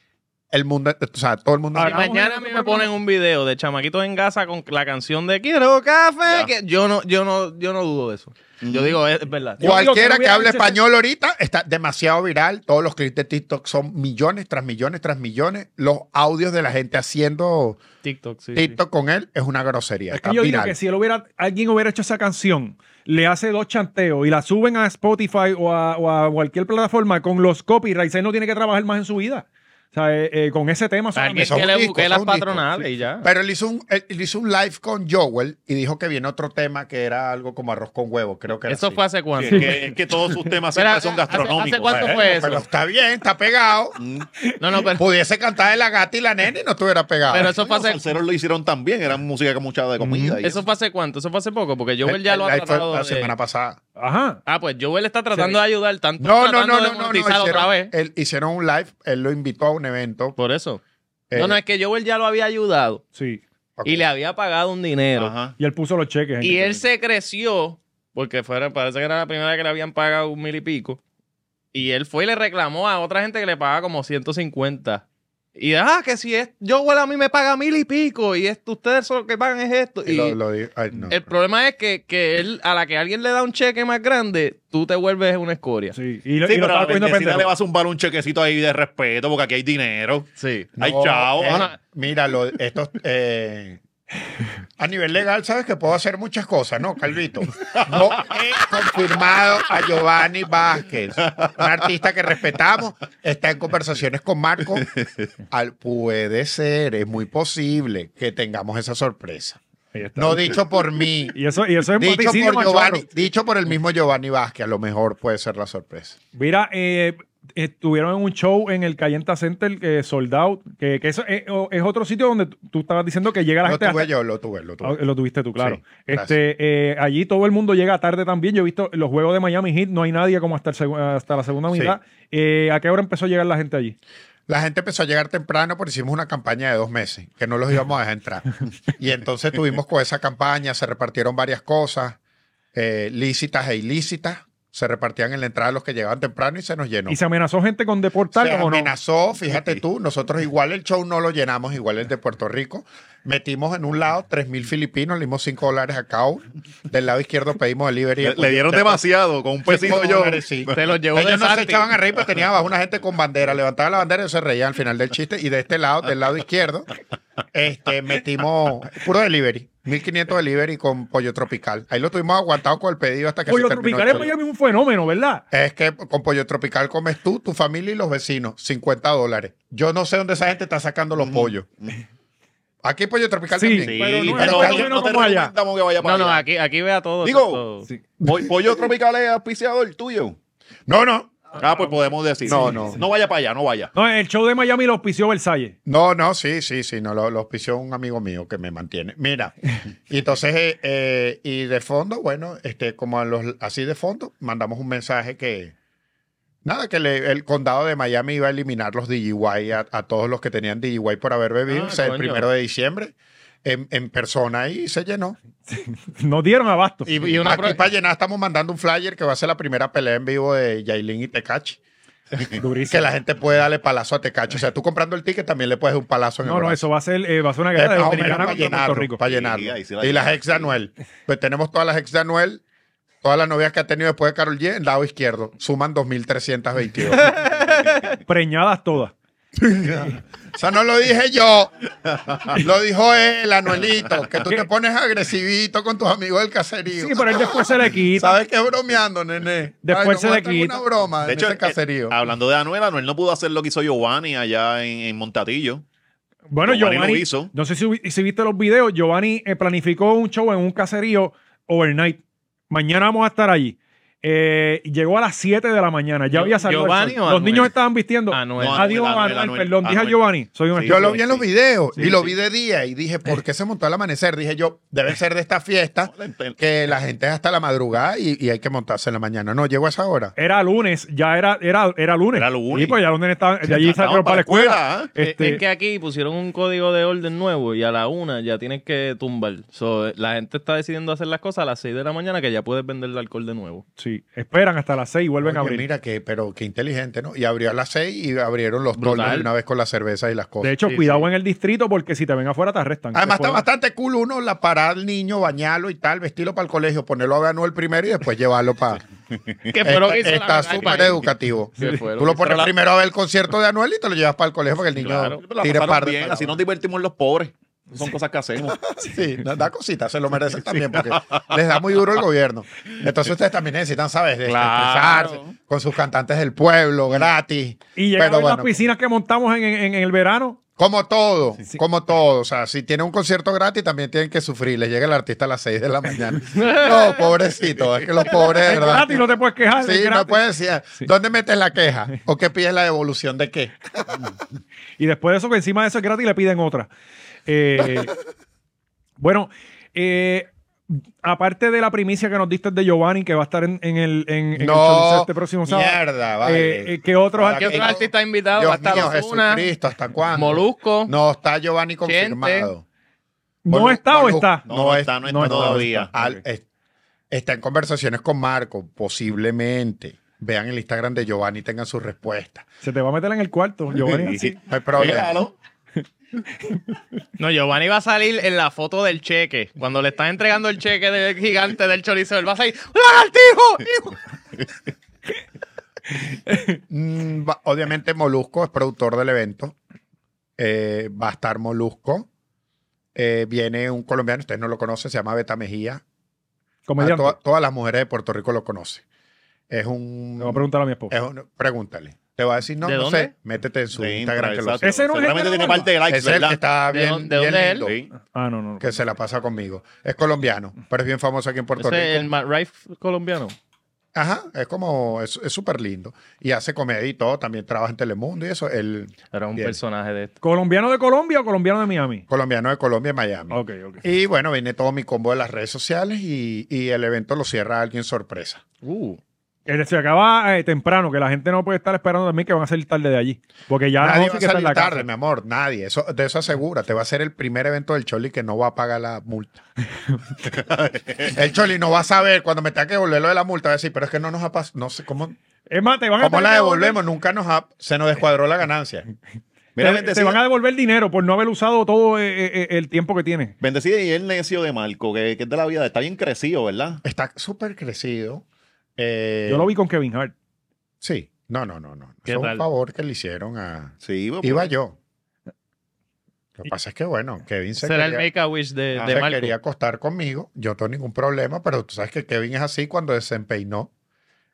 C: El mundo, o sea, todo el mundo.
A: Ahora,
B: Si
A: Vamos
B: mañana
A: a ver
B: a mí
A: otro
B: me
A: programa.
B: ponen un video de chamaquitos en Gaza con la canción de Quiero café.
D: Ya.
B: Que yo no, yo no, yo no dudo de eso. Yo digo, es, es
A: Yo
B: verdad.
A: digo que
C: Cualquiera
A: no
C: que,
A: hubiera
C: hable
A: dicho ese-
C: español ahorita está demasiado viral. Todos los clips de TikTok son millones tras millones tras millones. Los audios de la gente haciendo
B: TikTok, sí. sí.
C: TikTok con él es una grosería.
A: Es
C: está
A: que yo digo
C: viral.
A: que si él hubiera, alguien hubiera hecho esa canción, le hace dos chanteos y la suben a Spotify o a, o a cualquier plataforma con los copyrights, él no tiene que trabajar más en su vida. O sea, eh, eh, con ese tema solamente.
B: Alguien
C: Eso es
B: que
C: un
B: le
C: disco,
B: busque
C: eso
B: las
C: es un disco,
B: patronales y ya.
C: Pero él hizo, un, él- él hizo un live con Joel y dijo que viene otro tema que era algo como arroz con huevo. Creo que era
B: ¿Eso
C: así.
B: fue hace cuánto?
D: Es que, es que todos sus temas siempre
B: Espera,
D: son
B: ¿hace- hace
D: gastronómicos.
B: cuánto
D: ¿sabes?
B: fue?
C: Pero
B: eso.
C: está bien, está pegado.
D: Mm.
B: No, no, pero,
C: Pudiese cantar de la gata y la nena y no estuviera pegado.
B: pero eso fue
D: Los
B: hace...
D: salseros lo hicieron también, eran música con mucha de
C: Mm.
D: comida. y
B: ¿Eso fue hace cuánto? ¿Eso fue hace poco? Porque Joel
C: El-
B: ya
C: el
B: lo ha
C: live fue
B: tratado
C: la
B: de...
C: semana pasada.
A: Ajá.
B: Ah, pues Joel está tratando de ayudar tanto.
C: No, no,
B: tratando
C: no,
B: de
C: no, no, no,
B: monetizar otra
C: hicieron-
B: vez.
C: él- hicieron un live, él lo invitó a un evento.
B: Por eso.
C: eh,
B: No, no, es que Joel ya lo había ayudado
A: Sí.
C: ok.
B: y le había pagado un dinero.
D: Ajá.
A: Y él puso los cheques.
B: Y
A: gente.
B: él se creció, porque fuera, parece que era la primera vez que le habían pagado un mil y pico. Y él fue y le reclamó a otra gente que le pagaba como 150. Y ah, que si es Joel a mí me paga mil y pico. Y esto, ustedes son los que pagan es esto.
C: Y
B: Y
C: lo- lo di- ay, no.
B: el problema es que, que él, a la que alguien le da un cheque más grande, tú te vuelves una escoria.
A: Sí, y lo,
D: Sí,
A: y lo
D: pero
A: estaba
D: a la
A: cogiendo
D: vecina
A: pendejo.
D: le va a zumbar un chequecito ahí de respeto porque aquí hay dinero.
B: Sí.
D: Ay,
C: No,
D: chao.
C: eh,
D: ah.
C: mira, lo- estos, eh, a nivel legal, sabes que puedo hacer muchas cosas, ¿no, Calvito? No he confirmado a Giovanni Vázquez, un artista que respetamos, está en conversaciones con Marco. Al- puede ser, es muy posible que tengamos esa sorpresa.
A: Ahí está.
C: No dicho por mí.
A: y eso, y eso es
C: Dicho
A: vaticinio,
C: por,
A: macho.
C: Giovanni, dicho por el mismo Giovanni Vázquez, a lo mejor puede ser la sorpresa.
A: Mira, eh, estuvieron en un show en el Calienta Center, que Sold Out, que, que eso es, o- es otro sitio donde tú- tú estabas diciendo que llega la
C: Lo
A: gente
C: tuve
A: hasta-
C: yo, lo tuve, lo
A: Ah,
C: tuve.
A: lo tuviste tú, claro.
C: Sí, gracias.
A: este, eh, allí todo el mundo llega tarde también. Yo he visto los juegos de Miami Heat, no hay nadie como hasta, el segu- hasta la segunda
C: Sí.
A: mitad. Eh, ¿A qué hora empezó a llegar la gente allí?
C: La gente empezó a llegar temprano porque hicimos una campaña de dos meses, que no los íbamos a dejar entrar. Y entonces tuvimos con esa campaña, se repartieron varias cosas, eh, lícitas e ilícitas, se repartían en la entrada los que llegaban temprano y se nos llenó.
A: ¿Y se amenazó gente con
C: Se
A: deportarlos o no?
C: amenazó, fíjate tú, nosotros igual el show no lo llenamos, igual el de Puerto Rico. Metimos en un lado 3.000 filipinos, le dimos 5 dólares a cada uno. Del lado izquierdo pedimos delivery.
D: Le, le dieron demasiado, con un pesito
C: Cinco
D: yo.
C: dólares, pues, sí.
B: Te lo llevó de
C: Ellos no se
B: Santi.
C: echaban a reír, pero tenía abajo una gente con bandera. Levantaba la bandera y se reía al final del chiste. Y de este lado, del lado izquierdo, este, metimos puro delivery. 1500 delivery con pollo tropical. Ahí lo tuvimos aguantado con el pedido hasta que
A: Pollo
C: se terminó
A: Tropical
C: el
A: en
C: show.
A: Miami es un fenómeno, ¿verdad?
C: Es que con pollo tropical comes tú, tu familia y los vecinos. 50 dólares. Yo no sé dónde esa gente está sacando los pollos. Aquí hay pollo tropical
A: Sí,
C: también.
A: pero no es
C: pero
A: más
C: alguien-
A: o menos como allá.
D: recomendamos que vaya para
B: No, no,
D: allá.
B: aquí, aquí vea todo.
D: Digo,
B: todo.
A: Sí.
D: Po- Pollo Tropical es auspiciador tuyo.
C: No, no.
D: Ah, pues podemos decir.
C: No, no.
D: No vaya para allá, no vaya.
A: No, el show de Miami lo auspició Versalles.
C: No, no, sí, sí, sí, no, lo, lo auspició un amigo mío que me mantiene. Mira, y entonces, eh, eh, y de fondo, bueno, este, como a los, así de fondo, mandamos un mensaje que, nada, que le- el condado de Miami iba a eliminar los DIY a, a todos los que tenían DIY por haber bebido,
B: Ah,
C: o sea, el
B: coño.
C: primero de diciembre, en, en persona, y se llenó.
A: Nos dieron abasto.
C: Y,
B: Y una
C: aquí
B: pro-
C: para llenar estamos mandando un flyer que va a ser la primera pelea en vivo de Yailin y Tecachi. Que
A: Durísimo.
C: la gente puede darle palazo a Tecachi. O sea, tú comprando el ticket también le puedes dar un palazo en el
A: No, no,
C: brazo.
A: eso va a ser, eh, va a ser una
C: Es
A: guerra de
C: más o menos
A: Dominicana
C: para
A: contra
C: llenarlo,
A: Puerto Rico.
C: para llenarlo.
D: Sí, ahí sí la
C: y las
D: llenan,
C: ex
D: sí.
C: de Anuel. Pues tenemos todas las ex de Anuel, todas las novias que ha tenido después de Carol G, en lado izquierdo. Suman 2.322.
A: Preñadas todas.
C: Eso no lo dije yo, lo dijo él, Anuelito, que tú te pones agresivito con tus amigos del caserío.
A: Sí, pero él después se le quita.
C: ¿Sabes qué bromeando, nene?
A: Después
C: no
A: se le
C: gastan
A: quita.
C: una broma
D: De
C: en
D: hecho,
C: ese caserío.
D: eh, hablando de Anuel, Anuel no pudo hacer lo que hizo Giovanni allá en, en Montatillo.
A: Bueno,
D: Giovanni lo
A: Giovanni,
D: hizo.
A: no sé si, hubi- si viste los videos, Giovanni eh, planificó un show en un caserío overnight. Mañana vamos a estar allí. Eh, llegó a las 7 de la mañana, ya
B: Yo-
A: había salido el
B: ¿Giovanni
A: sol.
B: o
A: Los
B: Anuel?
A: niños estaban vistiendo.
B: Anuel.
D: No,
A: Adiós,
D: Anuel,
A: Anuel,
D: Anuel,
A: perdón, dije a
D: Anuel.
A: Giovanni. Soy un
D: Sí,
C: yo lo vi en los
D: sí.
C: videos
A: Sí,
C: y lo
A: sí.
C: vi de día y dije, ¿por qué se montó al amanecer? Dije yo, deben ser de esta fiesta que la gente es hasta la madrugada y, y hay que montarse en la mañana. No, llegó a esa hora.
A: Era lunes, ya era, era, era lunes.
D: Era lunes.
A: Y pues ya donde estaban, de allí
D: Estamos
A: salieron para la escuela.
D: ¿eh?
A: Este,
B: Es que aquí pusieron un código de orden nuevo y a la una ya tienes que tumbar. So, eh, la gente está decidiendo hacer las cosas a las 6 de la mañana que ya puedes vender el alcohol de nuevo.
A: sí, esperan hasta las 6 y vuelven a
C: Oye,
A: abrir.
C: Mira que, pero qué inteligente, ¿no? Y abrió a las seis y abrieron los
B: Brutal.
C: tornos de una vez con las cervezas y las cosas.
A: De hecho,
B: Sí,
A: cuidado en el distrito porque si te ven afuera te arrestan.
C: Además, está
A: Después-
C: bastante cool uno la parar al niño, bañarlo y tal, vestirlo para el colegio, ponerlo a Anuel primero y después llevarlo para.
B: Que fue lo
C: está
B: que hizo la
C: está
B: verdad,
C: súper
B: que-
C: educativo.
B: que fue lo
C: Tú
B: que
C: lo
B: hizo
C: pones
B: la-
C: primero a ver el concierto de Anuel y te lo llevas para el colegio para que el niño
B: Claro.
D: La
C: tire
D: pasaron
C: par de
D: bien, así nos
C: palabras.
D: divertimos los pobres. Son cosas que hacemos.
C: Sí, da, da cositas, se lo merecen también porque les da muy duro el gobierno. Entonces ustedes también necesitan, ¿sabes? De
B: Claro.
C: expresarse con sus cantantes del pueblo, gratis.
A: Y llegan a ver las
C: bueno,
A: piscinas que montamos en, en- en el verano.
C: Como todo,
A: Sí.
C: como todo. O sea, si tiene un concierto gratis, también tienen que sufrir. Les llega el artista a las 6 de la mañana. No, pobrecito. Es que los pobres, de
A: Es
C: verdad.
A: gratis, no te puedes quejar. es
C: Sí, no
A: gratis.
C: puedes decir. ¿Dónde metes la queja? ¿O qué pides la devolución de qué?
A: Y después de eso, que encima de eso es gratis, le piden otra. Eh, bueno, eh, aparte de la primicia que nos diste de Giovanni, que va a estar en, en el, en, en el Choliseo
C: No.
A: este próximo sábado.
C: Mierda, vale.
A: Eh, eh, ¿qué otros
C: Ahora
B: ¿Qué
A: artistas?
B: otro
C: que-
B: artista invitado?
C: Dios
B: hasta
C: mío,
B: los una,
C: Jesucristo, ¿hasta cuándo?
B: Molusco.
C: No está Giovanni confirmado.
A: ¿No
C: Molu-
A: está o
C: Molu-
A: está?
D: No, no está, no está todavía.
C: Al- es- está en conversaciones con Marco, posiblemente. Vean el Instagram de Giovanni y tengan su respuesta.
A: Se te va a meter en el cuarto, Giovanni. así.
C: No hay problema.
D: Míralo.
B: No, Giovanni va a salir en la foto del cheque. Cuando le están entregando el cheque del gigante del chorizo, él va a salir ¡Un lagartijo! hijo!
C: Mm, va- obviamente Molusco es productor del evento. Eh, va a estar Molusco. Eh, viene un colombiano, ustedes no lo conocen, se llama Beta Mejía. A
A: Comediante.
C: to- todas las mujeres de Puerto Rico lo conocen.
A: Le
C: Es
A: voy a
C: un...
A: preguntar a mi esposa.
C: es un- pregúntale. Te va a decir, no,
B: ¿De
C: no
B: dónde?
C: sé. Métete en su
D: Sí,
C: Instagram. Que lo
D: exacto.
C: sé.
A: Ese no es
D: Seguramente
A: el
D: tiene
A: nuevo.
D: parte de likes,
C: Es el que
D: ¿verdad?
C: está
B: ¿De
C: bien,
B: dónde- de
C: bien
B: dónde es
C: lindo,
D: Sí.
A: Ah, no, no. no.
C: que se la pasa conmigo. Es colombiano, pero es bien famoso aquí en Puerto
B: Ese es
C: Rico.
B: el Matt Rife colombiano.
C: Ajá, es como, es es súper lindo. Y hace comedia y todo, también trabaja en Telemundo y eso. El
B: Era un
C: Bien.
B: personaje de este. esto.
A: ¿Colombiano de Colombia o colombiano de Miami?
C: colombiano de Colombia y Miami.
A: Ok, ok.
C: Y bueno, viene todo mi combo de las redes sociales y, y el evento lo cierra alguien sorpresa.
B: Uh.
A: Eh, Se acaba eh, temprano, que la gente no puede estar esperando también que van a salir tarde de allí. Porque ya a las
C: nadie
A: 11
C: va
A: que
C: a
A: está en
C: salir
A: la casa.
C: tarde, mi amor, nadie. Eso, de eso asegura. Te va a ser el primer evento del Choli que no va a pagar la multa. el Choli no va a saber cuando me tenga que devolver lo de la multa. Va a decir, pero es que no nos ha pasado. No sé cómo,
A: Es más, te van a
C: cómo
A: tener
C: la
A: que devolver-
C: devolvemos. Nunca nos ha, se nos descuadró la ganancia.
D: Mira,
A: te, te
D: bendecida,
A: van a devolver dinero por no haber usado todo eh, eh, eh, el tiempo que tienes.
D: bendecida y el necio de Marco, que, que es de la vida, está bien crecido, ¿verdad?
C: Está súper crecido. Eh,
A: Yo lo vi con Kevin Hart.
C: Sí. No, no, no, no.
B: ¿Qué
C: Eso Es
B: tal?
C: un favor que le hicieron a.
D: Sí, pues,
C: Iba yo. Lo que pasa es que, bueno, Kevin se
B: Será el
C: quería-
B: Make a Wish de,
C: Ah,
B: de
C: se
B: Marco.
C: quería acostar conmigo, yo no tengo ningún problema, pero tú sabes que Kevin es así cuando desempeinó.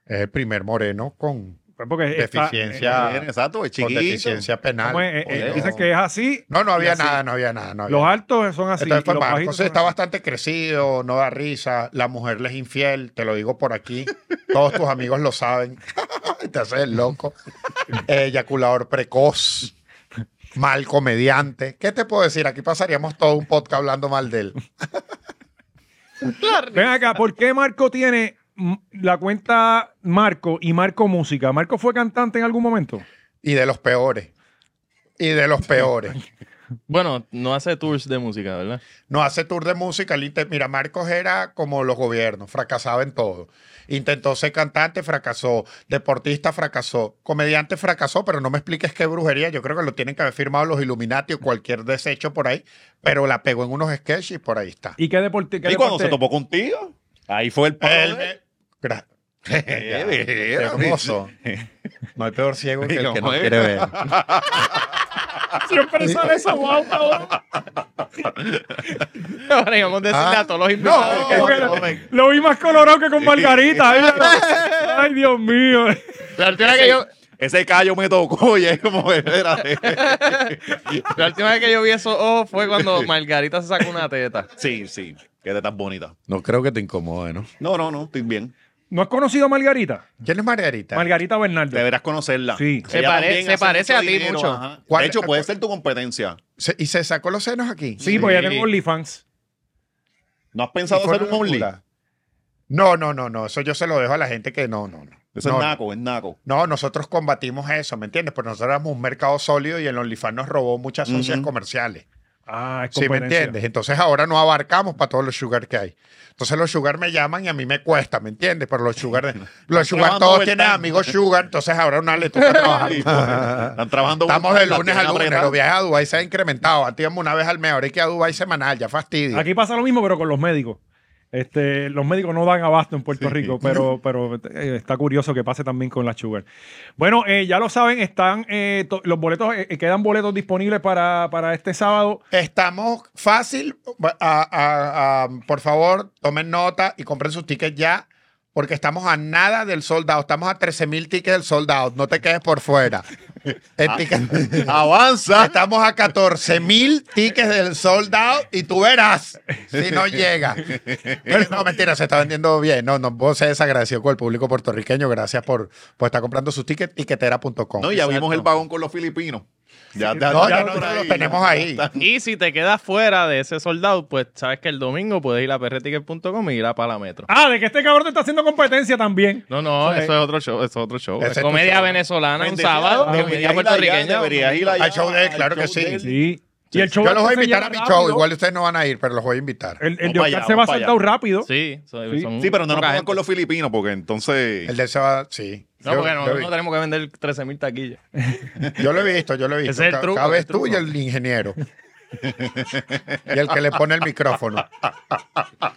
C: Es el primer moreno con,
A: Fue Porque está-
C: Deficiencia.
A: eh, eh,
D: bien, exacto, es
C: con
D: chiquito.
C: deficiencia penal.
A: ¿cómo es? Eh, eh,
D: Joder.
A: dicen que es así.
C: No, no
A: y
C: había
A: así.
C: nada, no había nada. No había
A: Los
C: nada.
A: altos son así.
C: Entonces fue
A: y los
C: Marco,
A: bajitos
C: sí,
A: son
C: está
A: así.
C: bastante crecido, no da risa, la mujer le es infiel, te lo digo por aquí, todos tus amigos lo saben, te haces el loco, eyaculador precoz, mal comediante, ¿qué te puedo decir? Aquí pasaríamos todo un podcast hablando mal de él.
A: Ven acá, ¿por qué Marco tiene mm, la cuenta Marco y Marco Música? ¿Marco fue cantante en algún momento?
C: Y de los peores. Y de los peores.
B: Bueno, no hace tours de música, ¿verdad?
C: No hace tour de música. él inte- Mira, Marcos era como los gobiernos, fracasaba en todo. Intentó ser cantante, fracasó. Deportista, fracasó. Comediante, fracasó, pero no me expliques qué brujería. Yo creo que lo tienen que haber firmado los Illuminati o cualquier desecho por ahí, pero la pegó en unos sketches y por ahí está.
A: ¿Y qué deporte? qué
D: Y cuando
A: deporte-
D: se topó contigo, ahí fue el palo.
C: Él
D: de-
C: me- Gra-
D: Eh,
C: Qué
D: eh,
C: hermoso. No hay peor ciego que el que no quiere ver.
A: Siempre sale esa guapa.
C: Este
A: ahora.
B: Ahora íbamos a decirle
C: Ah.
B: a todos los invitados.
C: No,
B: que
A: Como que
B: no
A: lo-
B: tomen.
A: Lo vi más colorado que con Margarita. Ay, Dios mío.
C: La última que yo,
D: Ese callo me tocó y es como, espérate.
B: La última vez que yo vi esos ojos fue cuando Margarita se sacó una teta.
D: Sí, sí. Qué tan bonita.
E: No creo que te incomode, ¿no?
D: No, no, no, estoy bien.
A: ¿No has conocido a Margarita?
C: ¿Quién es Margarita?
A: Margarita Bernardo.
D: Deberás conocerla.
A: Sí.
B: Se
D: Ella
B: pare-
D: también
B: se
D: hace
B: parece a ti mucho.
D: ajá.
C: ¿Cuál-
D: De hecho,
C: a
D: puede
C: cuál-
D: ser tu competencia.
C: Se- ¿Y se sacó los senos aquí?
A: Sí, porque
B: Sí.
A: ya tengo OnlyFans.
D: ¿No has
C: ¿Y
D: pensado
C: fuera
D: hacer un
C: de
D: only?
C: Cuba? No, no, no, no. Eso yo se lo dejo a la gente que no, no, no.
D: Eso
C: no,
D: es naco, es naco.
C: no, nosotros combatimos eso, ¿me entiendes? Porque nosotros éramos un mercado sólido y el OnlyFans nos robó muchas socias
D: Ujú.
C: comerciales.
A: Ah, es
C: ¿Sí me
A: competencia.
C: entiendes? Entonces ahora no abarcamos para todos los sugar que hay. Entonces los sugar me llaman y a mí me cuesta, ¿me entiendes? Pero los sugar, los sugar
D: trabajando
C: todos
D: overtime.
C: tienen amigos sugar, entonces ahora una le toca
D: Sí,
C: trabajar.
D: porque Están trabajando.
C: Ah, Estamos de lunes
D: la
C: a
D: tienen
C: lunes,
D: apretada.
C: los viajes a Dubái se han incrementado. Antes íbamos una vez al mes, ahora hay que ir a Dubái semanal, ya fastidio.
A: Aquí pasa lo mismo, pero con los médicos. Este, los médicos no dan abasto en Puerto Rico, pero, pero eh, está curioso que pase también con la Sugar. Bueno, eh, ya lo saben, están eh, to- los boletos, eh, eh, quedan boletos disponibles para, para este sábado.
C: Estamos fácil. a- a- a- por favor, tomen nota y compren sus tickets ya, porque estamos a nada del soldado. Estamos a 13 mil tickets del soldado. No te quedes por fuera. El ticket-
D: Ah. Avanza.
C: Estamos a 14 mil tickets del soldado y tú verás si no llega. Pero no, mentira, se está vendiendo bien. No, no puedo ser desagradecido con el público puertorriqueño. Gracias por, por estar comprando sus tickets, tiquetera.com.
D: No, ya vimos el vagón con los filipinos. Ya,
C: No, ya
D: ya
C: nosotros
D: por
C: los
D: ahí,
C: tenemos
D: ya.
C: ahí.
B: Y si te quedas fuera de ese soldado, pues sabes que el domingo puedes ir a perreticket.com y ir a Palametro.
A: Ah, de que este cabrón te está haciendo competencia también.
B: No, no,
C: Sí.
B: eso es otro show, eso es otro show.
C: Ese
B: Es
C: es tu
B: comedia
C: show. Ah,
B: venezolana un
D: Bendecida,
B: sábado,
D: deberías ir
B: comedia
D: allá,
B: puertorriqueña.
D: deberías ir allá,
C: Al show de él, claro que
D: show
C: sí.
D: de él.
A: Sí. Y el show
C: Yo los voy a
A: este se
C: invitar a mi
A: llena
C: show.
A: rápido.
C: Igual ustedes no van a ir, pero los voy a invitar.
B: Eh.
A: El, el de
D: Vamos para
A: Oscar
D: allá,
A: se va a
D: vamos para
A: saltar
D: allá.
A: rápido.
B: Sí, son-
A: Sí.
B: son
D: Sí, pero no nos
B: poca
D: pongan
B: gente.
D: con los filipinos porque entonces.
C: El de ese va, sí.
B: No,
C: Yo-
B: porque
C: yo,
B: nosotros
C: vi-
B: no tenemos que vender 13.000 taquillas.
C: yo lo he visto, yo lo he visto.
B: Ese es el
C: Ca-
B: truco,
C: Cada
B: el
C: vez tú
B: truco.
C: y el ingeniero. y el que le pone el micrófono.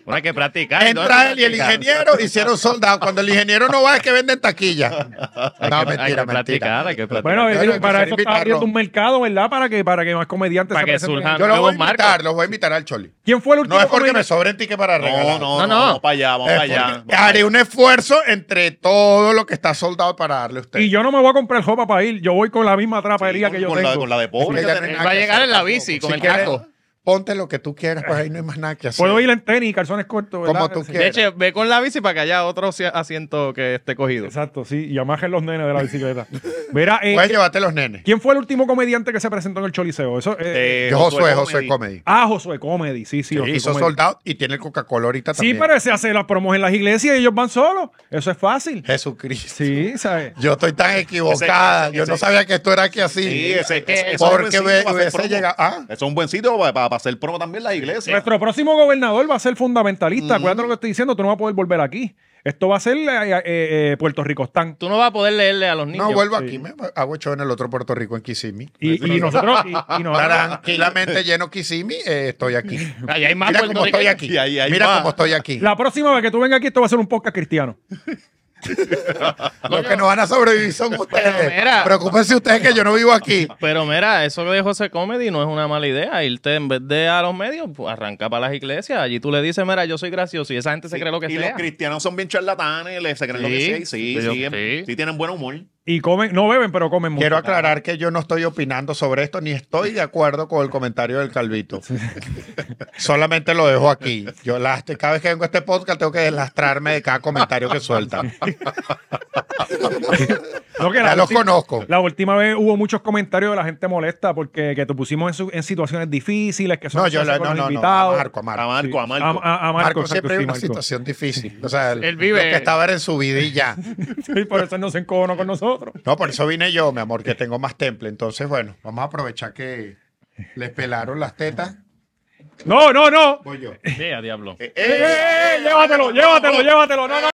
B: Bueno, hay que practicar.
C: Entra
B: entonces,
C: él y el
B: practicar.
C: ingeniero hicieron soldado. Cuando el ingeniero no va es que venden taquilla.
B: Hay
C: No,
B: que- hay
C: mentira,
B: que
C: mentira.
B: practicar, hay que practicar.
A: Bueno,
C: Claro,
A: digo,
C: hay que
A: para
C: ser
A: eso está
C: invitarlo.
A: abriendo un mercado, ¿verdad? Para que, para que más comediantes
B: Para
A: se
B: que
A: presenten.
B: surjan.
C: Yo lo voy a
B: Luego Marco.
C: invitar, los voy a invitar al Choli.
A: ¿Quién fue el último?
C: No es porque me
A: comediante?
C: sobren tickets para
D: No, no,
C: regalar.
D: no,
B: No, no.
D: Vamos para allá, vamos
C: Es
D: para allá.
C: porque
D: vamos para
C: haré
D: allá.
C: un esfuerzo entre todo lo que está soldado para darle a usted.
A: Y yo no me voy a comprar jopa para ir. Yo voy con la misma trapería
D: Sí,
A: que yo
D: con
A: tengo.
D: la- con la de pobre.
C: Ella
D: que
C: no hay
D: tenemos.
C: nada
B: va a
C: que
B: llegar
C: hacer
B: en la
C: tampoco.
B: bici con el
C: quieres,
B: casco.
C: Ponte lo que tú quieras, pues ahí no hay más nada que hacer.
A: Puedo ir en tenis, calzones cortos. ¿verdad?
C: Como tú
A: Sí.
B: De
C: quieras.
B: hecho, ve con la bici para que haya otro si- asiento que esté cogido.
A: Exacto, sí. Y amajen los nenes de la bicicleta. Mira, eh,
D: Pues,
C: Puedes llevarte los nenes.
A: ¿quién fue el último comediante que se presentó en el Choliseo? Eso, eh,
D: Eh,
C: Yo Josué, Josué Comedy.
A: Ah, Josué Comedy. Sí, sí.
C: Sí,
A: Josué
C: hizo
A: Comedy.
C: soldado y tiene el Coca-Cola ahorita
A: Sí,
C: también.
A: pero se hace las promos en las iglesias y ellos van solos. Eso es fácil.
D: Eh.
C: Jesucristo.
A: Sí, ¿sabes?
C: Yo estoy tan
D: Ese-
C: equivocada.
D: ese-
C: yo no
D: ese-
C: sabía que esto era aquí así.
D: Sí, ese, ese- ese
C: Porque
D: es un buen sitio
C: ve-
D: para hacer
C: hubiese
D: promo.
C: llegado- ah.
D: Eso es un buen sitio para, para hacer promo también las iglesias.
A: Nuestro próximo gobernador va a ser fundamentalista. Acuérdate lo que estoy diciendo, tú no vas a poder volver aquí. Esto va a ser eh, eh, eh, Puerto Rico están.
B: Tú no vas a poder leerle a los niños.
C: no vuelvo
A: sí.
C: aquí. Me hago show en el otro Puerto Rico, en Kissimmee.
A: Y, y nosotros, y, y nosotros-
C: Tranquilamente lleno Kissimmee, eh, estoy aquí.
B: Allá hay más
C: Mira cómo estoy
B: puertorriqueños.
C: aquí.
D: Y ahí hay
C: Mira
D: más.
C: cómo estoy aquí.
A: la próxima vez que tú vengas aquí, esto va a ser un podcast cristiano.
C: Los que no van a sobrevivir son ustedes.
B: mira.
C: Preocúpense ustedes que yo no vivo aquí.
B: Pero mira, eso que dijo ese comedy no es una mala idea. Irte en vez de a los medios, pues, arranca para las iglesias. Allí tú le dices, mira, yo soy gracioso y esa gente se cree lo que
D: y
B: sea.
D: los cristianos son bien charlatanes, les- se creen lo
B: Sí,
D: que sea. y Sí,
B: sí,
D: sí, em-
B: sí.
D: sí, tienen buen humor.
A: Y comen, no beben, pero comen mucho.
C: Quiero aclarar que yo no estoy opinando sobre esto ni estoy de acuerdo con el comentario del Calvito. Solamente lo dejo aquí. Yo las- cada vez que vengo a este podcast tengo que deslastrarme de cada comentario que sueltan.
A: No, que la
C: Ya los
A: última-
C: conozco.
A: La última vez hubo muchos comentarios de la gente molesta porque que te pusimos en, su- en situaciones difíciles, que son
C: No, yo la- no, no, no, a Marco, a
D: A
C: Marco.
D: Marco, a
A: A,
D: Marco.
A: a- a Marco,
C: Marco
A: exacto,
C: siempre es
A: sí,
C: una
A: Marco.
C: situación difícil. O sea,
B: Él vive-
C: lo que estaba era en su vida y ya.
A: Sí, por eso no se encojonó con nosotros.
C: No, por eso vine yo, mi amor, que tengo más temple. Entonces, bueno, vamos a aprovechar que les pelaron las tetas.
A: No, no, no.
C: Voy yo.
B: Sí, a diablo.
A: ¡Eh,
D: Eh,
A: eh, eh! llévatelo, llévatelo, llévatelo. No, no.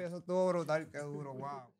F: Eso estuvo brutal, qué duro, wow.